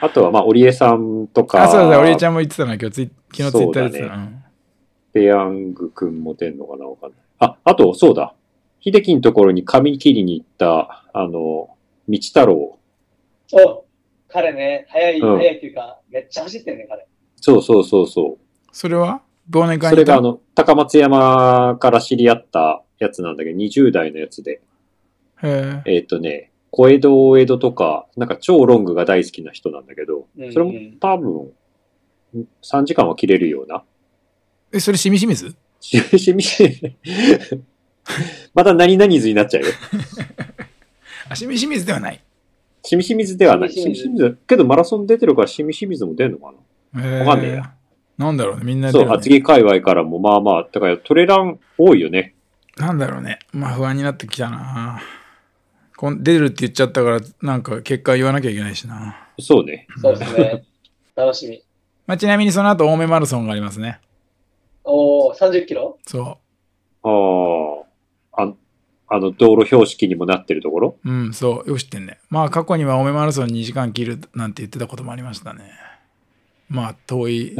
Speaker 1: あとは、まあ、織江さんと
Speaker 2: あ。
Speaker 1: か、
Speaker 2: あ、そうだ、俺ちゃんも言ってたな、今日ツイ、昨日ツイッターで言ってたな。
Speaker 1: ペヤングくんも出んのかなわかんない。あ、あと、そうだ。秀樹のところに髪切りに行った、あの、道太郎。
Speaker 3: そう。彼ね、早い、
Speaker 1: うん
Speaker 3: 早いっていうか、めっちゃ走ってんね、彼。
Speaker 1: そうそうそうそう。
Speaker 2: それは忘年会
Speaker 1: そ
Speaker 2: に
Speaker 1: れ
Speaker 2: いた
Speaker 1: があの、高松山から知り合ったやつなんだけど、20代のやつで。
Speaker 2: へえ。
Speaker 1: えっ、とね、小江戸大江戸とか、なんか超ロングが大好きな人なんだけど、
Speaker 3: うん
Speaker 1: それも多分、3時間は切れるような。
Speaker 2: え、それしみしみず
Speaker 1: し しみしまた何々図になっちゃうよ。
Speaker 2: あ、しみしみずではない。
Speaker 1: しみしみずではない。
Speaker 3: し
Speaker 1: し
Speaker 3: み
Speaker 1: み
Speaker 3: し
Speaker 1: し
Speaker 3: み
Speaker 1: みず、けどマラソン出てるからしみしみずも出るのかな
Speaker 2: わ
Speaker 1: わかんねえや。
Speaker 2: なんだろうね、みんな
Speaker 1: そう、
Speaker 2: 出るね
Speaker 1: 厚木界隈からもまあまあ、だからトレラン多いよね。
Speaker 2: なんだろうね。まあ不安になってきたな。こん出るって言っちゃったから、なんか結果言わなきゃいけないしな。
Speaker 1: そうね。
Speaker 3: そうですね。 楽しみ。
Speaker 2: まあ、ちなみにその後、青梅マラソンがありますね。
Speaker 3: おお、30キロ
Speaker 2: そ
Speaker 1: ああ、ああの、道路標識にもなってるところ
Speaker 2: う。うん、そう。よく知ってんね。まあ過去には青梅マラソン2時間切るなんて言ってたこともありましたね。まあ遠い、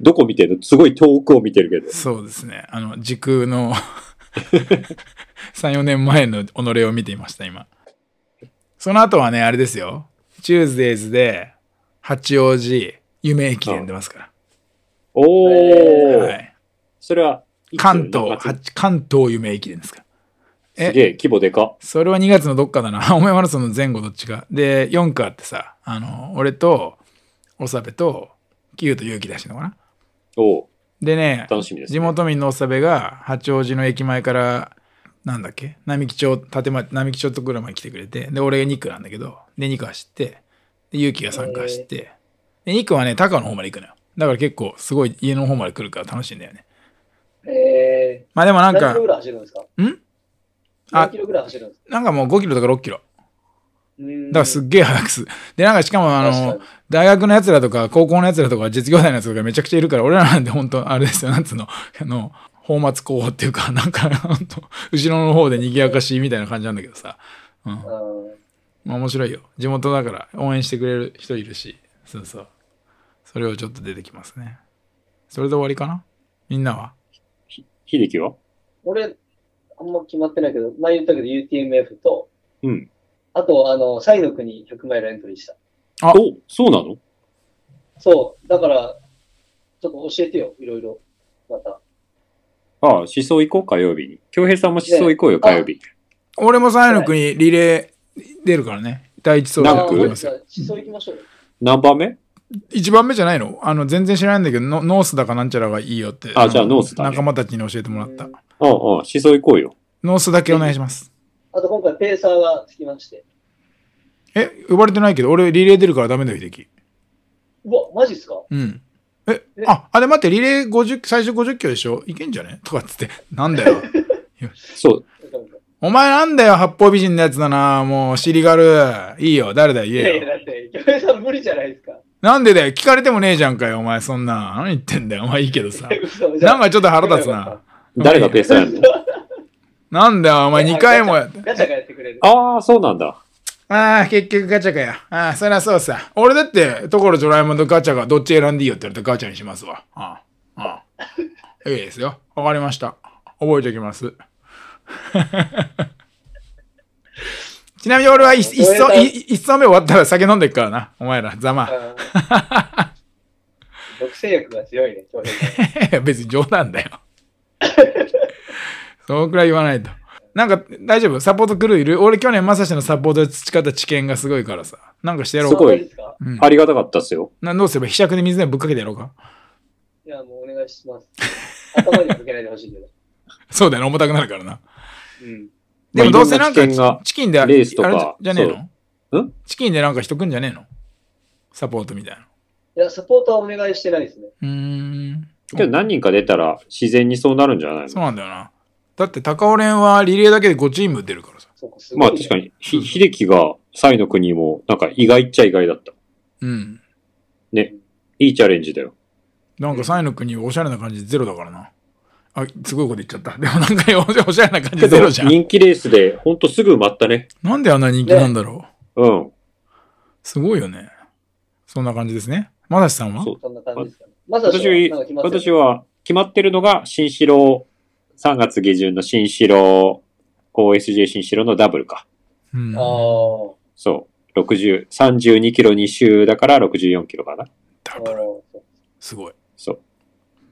Speaker 1: どこ見てるのすごい遠くを見てるけど。
Speaker 2: そうですね。あの、時空の 3、4年前の己を見ていました、今。その後はね、あれですよ。チューズデイズで、八王子、夢駅伝出ますか
Speaker 1: おー、
Speaker 2: ら。
Speaker 3: え
Speaker 2: はい、
Speaker 1: それは、いつ
Speaker 2: 関東、
Speaker 1: 夏
Speaker 2: 八関東夢駅伝ですから。
Speaker 1: すげえ、規模でか。
Speaker 2: それは2月のどっかだな。 青梅マラソンの前後どっちか。で、4区あってさ、あの、俺と、おさべと、キューと勇気出してんのかな。
Speaker 1: おう
Speaker 2: でね、
Speaker 1: 楽しみです、ね。
Speaker 2: 地元民のおさべが八王子の駅前からなんだっけ並木町建前並木町ところまで来てくれてで俺が2区なんだけどで2区走ってで勇気が3区走って、で2区はね高の方まで行くのよだから結構すごい家の方まで来るから楽しいんだよね
Speaker 3: え
Speaker 2: まあでもな
Speaker 3: ー、
Speaker 2: ん
Speaker 3: 何キ
Speaker 2: か
Speaker 3: ロぐらい走るんですかん
Speaker 2: あ
Speaker 3: 何キロぐらい走るんですか
Speaker 2: なんかもう5キロとか6キロ
Speaker 3: うーん
Speaker 2: だからすっげえ早くすでなんかしかもあ
Speaker 3: 確
Speaker 2: の
Speaker 3: か
Speaker 2: 大学のやつらとか、高校のやつらとか、実業団のやつとかめちゃくちゃいるから、俺らなんて本当あれですよ、なんつうの、 あの、泡沫候補っていうか、なんか、ほんと後ろの方で賑やかしみたいな感じなんだけどさ。うん。
Speaker 3: うん
Speaker 2: まあ面白いよ。地元だから応援してくれる人いるし、そうそう。それをちょっと出てきますね。それで終わりかなみんなは
Speaker 1: 秀樹は
Speaker 3: 俺、あんま決まってないけど、前言ったけど UTMF と、
Speaker 1: うん。
Speaker 3: あと、あの、サイの国100マイルエントリーした。
Speaker 2: あ
Speaker 1: お、そうなの
Speaker 3: そう、だから、ちょっと教えてよ、いろいろ。また。
Speaker 1: ああ、思想行こう、火曜日に。京平さんも思想行こうよ、
Speaker 3: ね
Speaker 1: 火曜日。
Speaker 2: 俺もサイの国リレー出るからね。第一走
Speaker 1: ダ
Speaker 2: 者
Speaker 1: ン
Speaker 2: で
Speaker 1: ク
Speaker 2: ございますよ。
Speaker 3: あじゃあ思想行きましょうよ。
Speaker 1: 何番目
Speaker 2: 一番目じゃないのあの、全然知らないんだけど、ノノースだかなんちゃらがいいよって。
Speaker 1: あじゃあ
Speaker 2: の
Speaker 1: ノースだね
Speaker 2: 仲間たちに教えてもらった
Speaker 3: うん。
Speaker 1: ああ、ああ思想行こうよ。
Speaker 2: ノースだけお願いします。
Speaker 3: あと、今回ペーサーがつきまして。
Speaker 2: え、呼ばれてないけど、俺リレー出るからダメだよ、秀樹。
Speaker 3: うわ、マジっすか
Speaker 2: うん。え
Speaker 3: え、
Speaker 2: あ、あれ待って、リレー50、最初50キロでしょいけんじゃねとかっつって、なんだよ。
Speaker 1: そう、
Speaker 2: お前なんだよ、八方美人のやつだな。もう、尻軽。いいよ、誰だよ、
Speaker 3: い
Speaker 2: 言
Speaker 3: や
Speaker 2: え
Speaker 3: いや、
Speaker 2: よ。
Speaker 3: だって、京平さん無理じゃないですか。
Speaker 2: なんでだよ、聞かれてもねえじゃんかよ、お前、そんな。何言ってんだよ、お前いいけどさ。
Speaker 3: 嘘じゃ
Speaker 2: な
Speaker 3: あ
Speaker 2: んかちょっと腹立つな。。
Speaker 1: 誰がペースやるの
Speaker 2: なんだよ、お前2回もや
Speaker 3: ガ
Speaker 2: っ
Speaker 3: チ
Speaker 2: て
Speaker 3: ャ。ガチャがやってくれる。
Speaker 1: ああ、そうなんだ。
Speaker 2: ああ、結局ガチャかよ。ああ、そりゃそうさ。俺だって、ところジョラえもんとガチャがどっち選んでいいよって言われたらガチャにしますわ。ああ、ああ。いいですよ。わかりました。覚えておきます。 ちなみに俺はい一層、い一層目終わったら酒飲んでっからな。お前ら、ざま。
Speaker 3: うん独占欲が強いね、京平さん。
Speaker 2: いや別に冗談だよ。 そのくらい言わないと。なんか大丈夫サポートクルーいる俺去年まさしのサポートで培った知見がすごいからさ。なんかしてやろう
Speaker 1: すごい
Speaker 3: あマジっすか
Speaker 2: うん
Speaker 1: ありがたかったっすよ。
Speaker 2: などうすれば、ひしゃくで水でもぶっかけてやろうか。
Speaker 3: いや、もうお願いします。頭にかけないでほしいけど。
Speaker 2: そうだよね、重たくなるからな。
Speaker 3: うん。
Speaker 2: でもどうせなん
Speaker 1: まあいろんな知見
Speaker 2: か
Speaker 1: が、
Speaker 2: チキンであ
Speaker 1: レースとか
Speaker 2: あれじゃねえ
Speaker 1: そう
Speaker 2: の
Speaker 1: ん
Speaker 2: チキンでなんか人くんじゃねえのサポートみたいな。
Speaker 3: いや、サポートはお願いしてないですね。
Speaker 2: うーん。
Speaker 1: けど何人か出たら自然にそうなるんじゃない
Speaker 2: そ
Speaker 1: の
Speaker 2: うなんだよな。だって高尾連はリレーだけで5チーム出るからさ。
Speaker 3: そうか、すご
Speaker 1: ま
Speaker 3: い、
Speaker 1: あ確かに、
Speaker 2: そう
Speaker 1: ひ、
Speaker 2: そう
Speaker 1: 秀樹が、サイの国も、なんか意外っちゃ意外だった。
Speaker 2: うん。
Speaker 1: いいチャレンジだよ。
Speaker 2: なんかサイの国おしゃれな感じゼロだからな。あ、すごいこと言っちゃった。でもなんかおおしゃれな感
Speaker 1: け
Speaker 2: じゼ
Speaker 1: ど、
Speaker 2: ロじゃん。
Speaker 1: 人気レースで、ほんとすぐ埋まったね。
Speaker 2: なんであんな人気なんだろう。
Speaker 1: うん。
Speaker 2: すごいよね。そんな感じですね。まさしさんは
Speaker 1: そう
Speaker 3: そんな感じですかね。まず
Speaker 1: 私は、私は決まってるのが、新城、3月下旬の新城、OSJ 新城のダブルか。
Speaker 2: うん。
Speaker 3: ああー、
Speaker 1: そう。60、32キロ2周だから64キロかな。
Speaker 2: ダ
Speaker 3: あ
Speaker 2: ブル。
Speaker 3: ーそう
Speaker 2: すごい。
Speaker 1: そう。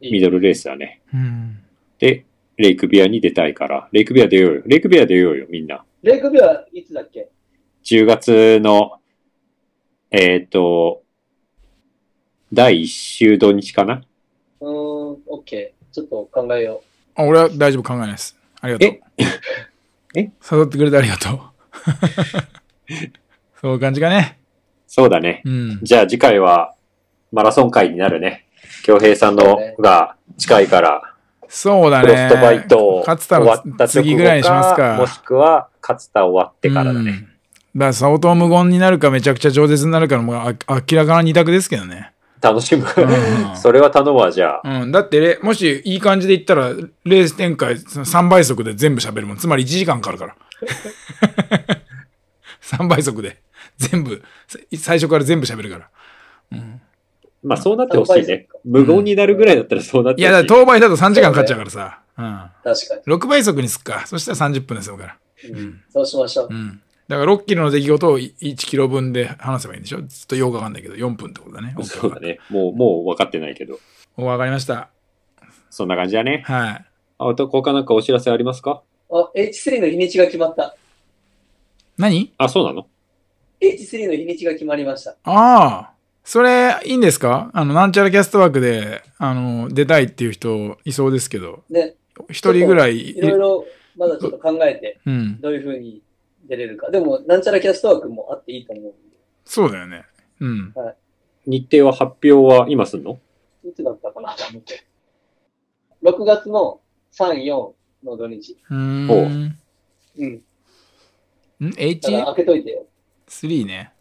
Speaker 3: いい
Speaker 1: ミドルレースだね。
Speaker 2: うん。
Speaker 1: で、レイクビアに出たいから、レイクビア出ようよ。レイクビア出ようよ、みんな。
Speaker 3: レイクビューはいつだっけ
Speaker 1: 10月の、えっ、と、第1週土日かな
Speaker 3: うーん、オッケー。ちょっと考えよ
Speaker 2: あ俺は大丈夫考えないです。ありがとう。
Speaker 1: ええ
Speaker 2: 誘ってくれてありが とう。そういう感じかね。
Speaker 1: そうだね。
Speaker 2: うん。
Speaker 1: じゃあ次回はマラソン会になるね。京平さん
Speaker 3: そう
Speaker 1: の
Speaker 3: ね
Speaker 1: が近いから、
Speaker 2: そうだ
Speaker 1: ク
Speaker 2: ね。
Speaker 1: ロストバイトを
Speaker 2: 勝
Speaker 1: 終わ
Speaker 2: っ
Speaker 1: ったた
Speaker 2: ら
Speaker 1: 直
Speaker 2: 次
Speaker 1: 後
Speaker 2: ぐらいにします
Speaker 1: か、
Speaker 2: か。
Speaker 1: もしくは勝田終わってからだ
Speaker 2: うん
Speaker 1: ね。
Speaker 2: だから相当無言になるかめちゃくちゃ饒舌になるかのもうあ明らかな二択ですけどね。
Speaker 1: 楽しむ。
Speaker 2: ん
Speaker 1: それは頼むわ、じゃあ。
Speaker 2: うん、だってれもしいい感じで言ったらレース展開その3倍速で全部喋るもんつまり1時間か かるから3倍速で全部さ最初から全部喋るから、うん、
Speaker 1: まあそうなってほしいね。無
Speaker 2: ん
Speaker 1: 言になるぐらいだったらそうなっ
Speaker 2: い
Speaker 1: て
Speaker 2: や
Speaker 1: ほ
Speaker 2: だ
Speaker 1: しい。
Speaker 2: から当倍だと3時間かかっちゃうからさ、
Speaker 3: う。確か
Speaker 2: うん、6倍速にすっかそしたら30分で済むから、
Speaker 3: に。うん、そうしましょう
Speaker 2: う。ん、だから6キロの出来事を1キロ分で話せばいいんでしょずっとようかかんないけど4分ってことだね
Speaker 1: そうだね。もう、もう分かってないけど。
Speaker 2: 分かりました
Speaker 1: そんな感じだね。
Speaker 2: はい
Speaker 1: あと、他なんかお知らせありますか
Speaker 3: あ、H3 の日にちが決まった。
Speaker 2: 何
Speaker 1: あ、そうなの
Speaker 3: H3 の日にちが決まりました。
Speaker 2: ああ、それいいんですかあの、なんちゃらキャストワークで、あの、出たいっていう人いそうですけど、
Speaker 3: ね、
Speaker 2: 一人ぐらい、
Speaker 3: いろいろまだちょっと考えて、
Speaker 2: うん、
Speaker 3: どういうふうに出れるか。でも、なんちゃらキャストワークもあっていいと思うんで。
Speaker 2: そうだよね。うん。
Speaker 1: 日程は発表は今すんの
Speaker 3: いつだったかなと思って。6月の3、4の土日。
Speaker 2: うーん。
Speaker 1: ほうん
Speaker 3: うん。だから
Speaker 2: H3
Speaker 3: 開けといてよ。
Speaker 2: ね。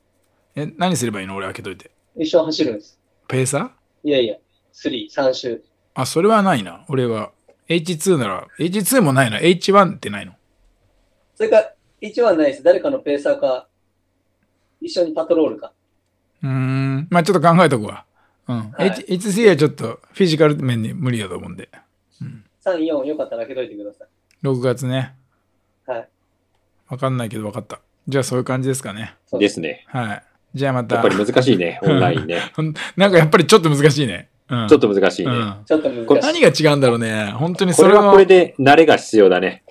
Speaker 2: え、何すればいいの俺開けといて。
Speaker 3: 一緒に走るんです。
Speaker 2: ペーサー
Speaker 3: いやいや、3、3周。
Speaker 2: あ、それはないな。俺は。H2 なら、H2 もないな。H1 ってないの。
Speaker 3: それか、一はないです。誰かのペーサーか、一緒にパトロールか。
Speaker 2: うーん。まあちょっと考えとくわ。うん。
Speaker 3: はい
Speaker 2: H- H3 はちょっとフィジカル面に無理だと思うんで。
Speaker 3: 3、4、よかったら開けといてください。
Speaker 2: 6月ね。
Speaker 3: はい。
Speaker 2: わかんないけどわかった。じゃあそういう感じですかね。
Speaker 3: そう
Speaker 1: ですね。
Speaker 2: はい。じゃあまた。
Speaker 1: やっぱり難しいね、オンラインね。
Speaker 2: ほんなんかやっぱりちょっと難しいね。うん。
Speaker 1: ちょっと難しいね。
Speaker 2: うん
Speaker 3: ちょっと難
Speaker 2: 何
Speaker 3: しい。
Speaker 2: が違うんだろうね。本当に
Speaker 1: こ
Speaker 2: そ
Speaker 1: れ
Speaker 2: れ
Speaker 1: は
Speaker 2: は
Speaker 1: これで慣れが必要だね。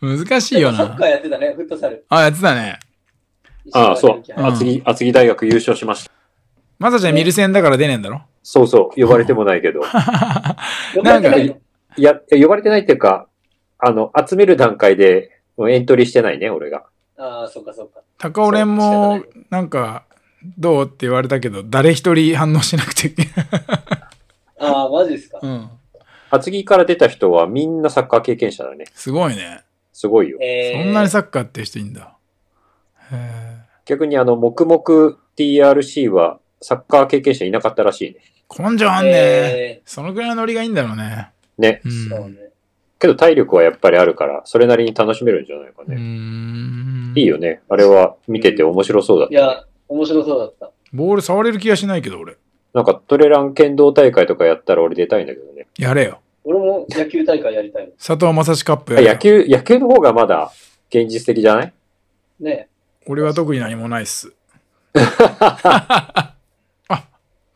Speaker 2: 難しいよ
Speaker 3: サッ
Speaker 2: な
Speaker 3: カ。ーやってたね、フットサル。
Speaker 2: あ、やってたね。
Speaker 1: ああ、そう。
Speaker 2: ん
Speaker 1: 厚木、厚木大学優勝しました。
Speaker 2: まさちゃんミルセンだから出ねえんだろ
Speaker 1: そうそう、呼ばれてもない けど。
Speaker 2: なんか
Speaker 3: よ
Speaker 1: いや、いや呼ばれてないっていうか、あの、集める段階で、もうエントリーしてないね、俺が。
Speaker 3: ああ、そうかそうか。
Speaker 2: 高尾連も、なんか、どうって言われたけど、誰一人反応しなくて。
Speaker 3: ああ、マジですか。
Speaker 2: うん。
Speaker 1: 厚木から出た人はみんなサッカー経験者だね。
Speaker 2: すごいね。
Speaker 1: すごいよ。
Speaker 3: えー
Speaker 2: そんなにサッカーっていう人いいんだ。へえ。
Speaker 1: 逆にあの、黙々 TRC はサッカー経験者いなかったらしいね。
Speaker 2: 根性あんね、
Speaker 3: え
Speaker 2: そのぐらいのノリがいいんだろうね。
Speaker 1: ね。
Speaker 2: う。
Speaker 3: ーそうんね。
Speaker 1: けど体力はやっぱりあるから、それなりに楽しめるんじゃないか
Speaker 2: うー
Speaker 1: ね。
Speaker 2: ん
Speaker 1: いいよね。あれは見てて面白そうだっ
Speaker 3: い
Speaker 1: た。
Speaker 3: や、面白そうだった。
Speaker 2: ボール触れる気がしないけど、俺。
Speaker 1: なんかトレラン剣道大会とかやったら俺出たいんだけどね。
Speaker 2: やれよ。
Speaker 3: 俺も野球大会やりたいの。
Speaker 2: 佐藤正史カップやれよ
Speaker 1: 野球、野球の方がまだ現実的じゃない
Speaker 3: ね
Speaker 2: 俺は特に何もないっす。あ、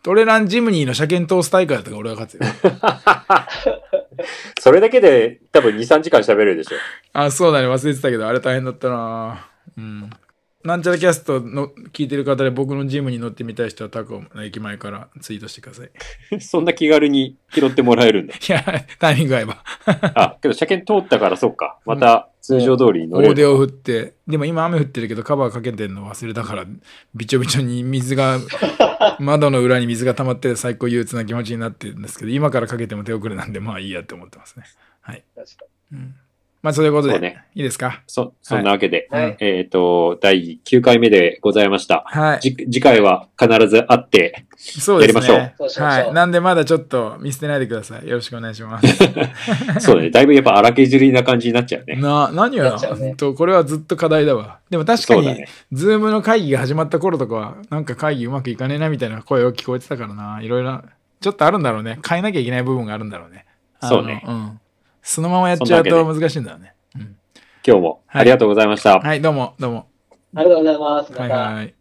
Speaker 2: トレランジムニーの車検通す大会だったから俺が勝つよ。
Speaker 1: それだけで多分2、3時間喋れるでしょ。
Speaker 2: あ、そうだね。忘れてたけど、あれ大変だったなうん。なんちゃらキャストの聞いてる方で僕のジムに乗ってみたい人はタコの駅前からツイートしてください。
Speaker 1: そんな気軽に拾ってもらえるんだ。
Speaker 2: いや、タイミング合えば。
Speaker 1: あ、けど車検通ったからそっか。また通常通りに乗れ
Speaker 2: 大
Speaker 1: る。
Speaker 2: 手を振って、でも今雨降ってるけどカバーかけてんの忘れたから、びちょびちょに水が、窓の裏に水が溜まって最高憂鬱な気持ちになってるんですけど、今からかけても手遅れなんで、まあいいやって思ってますね。
Speaker 3: え、確か
Speaker 2: うんまあそういうこと
Speaker 1: そ
Speaker 2: で、
Speaker 1: うね
Speaker 2: いいですか
Speaker 1: そ、そんなわけで、
Speaker 3: はい
Speaker 1: えっ、と、第9回目でございました。
Speaker 2: はい。
Speaker 1: じ次回は必ず会 って、
Speaker 2: そうですね。
Speaker 1: やり
Speaker 3: ましょう
Speaker 2: はい。なんでまだちょっと見捨てないでください。よろしくお願いし ます。
Speaker 1: そうだね、だいぶやっぱ荒削りな感じになっちゃうね。
Speaker 2: な、何
Speaker 3: な
Speaker 2: や
Speaker 3: っちゃうね
Speaker 2: ほんとこれはずっと課題だわ。でも確か
Speaker 1: そうだ
Speaker 2: に
Speaker 1: ね、。
Speaker 2: ズームの会議が始まった頃とかは、なんか会議うまくいかねえなみたいな声を聞こえてたからな。いろいろ、ちょっとあるんだろうね。変えなきゃいけない部分があるんだろうね。あの
Speaker 1: そうね
Speaker 2: うん。そのままやっちゃう
Speaker 1: そんな
Speaker 2: と
Speaker 1: わ
Speaker 2: 難しいんだろうね。うん
Speaker 1: 今日もありがとうございました。
Speaker 2: はい、どうも、どうも。
Speaker 3: にありがとうございます。ま
Speaker 2: はい
Speaker 3: た。
Speaker 2: はい。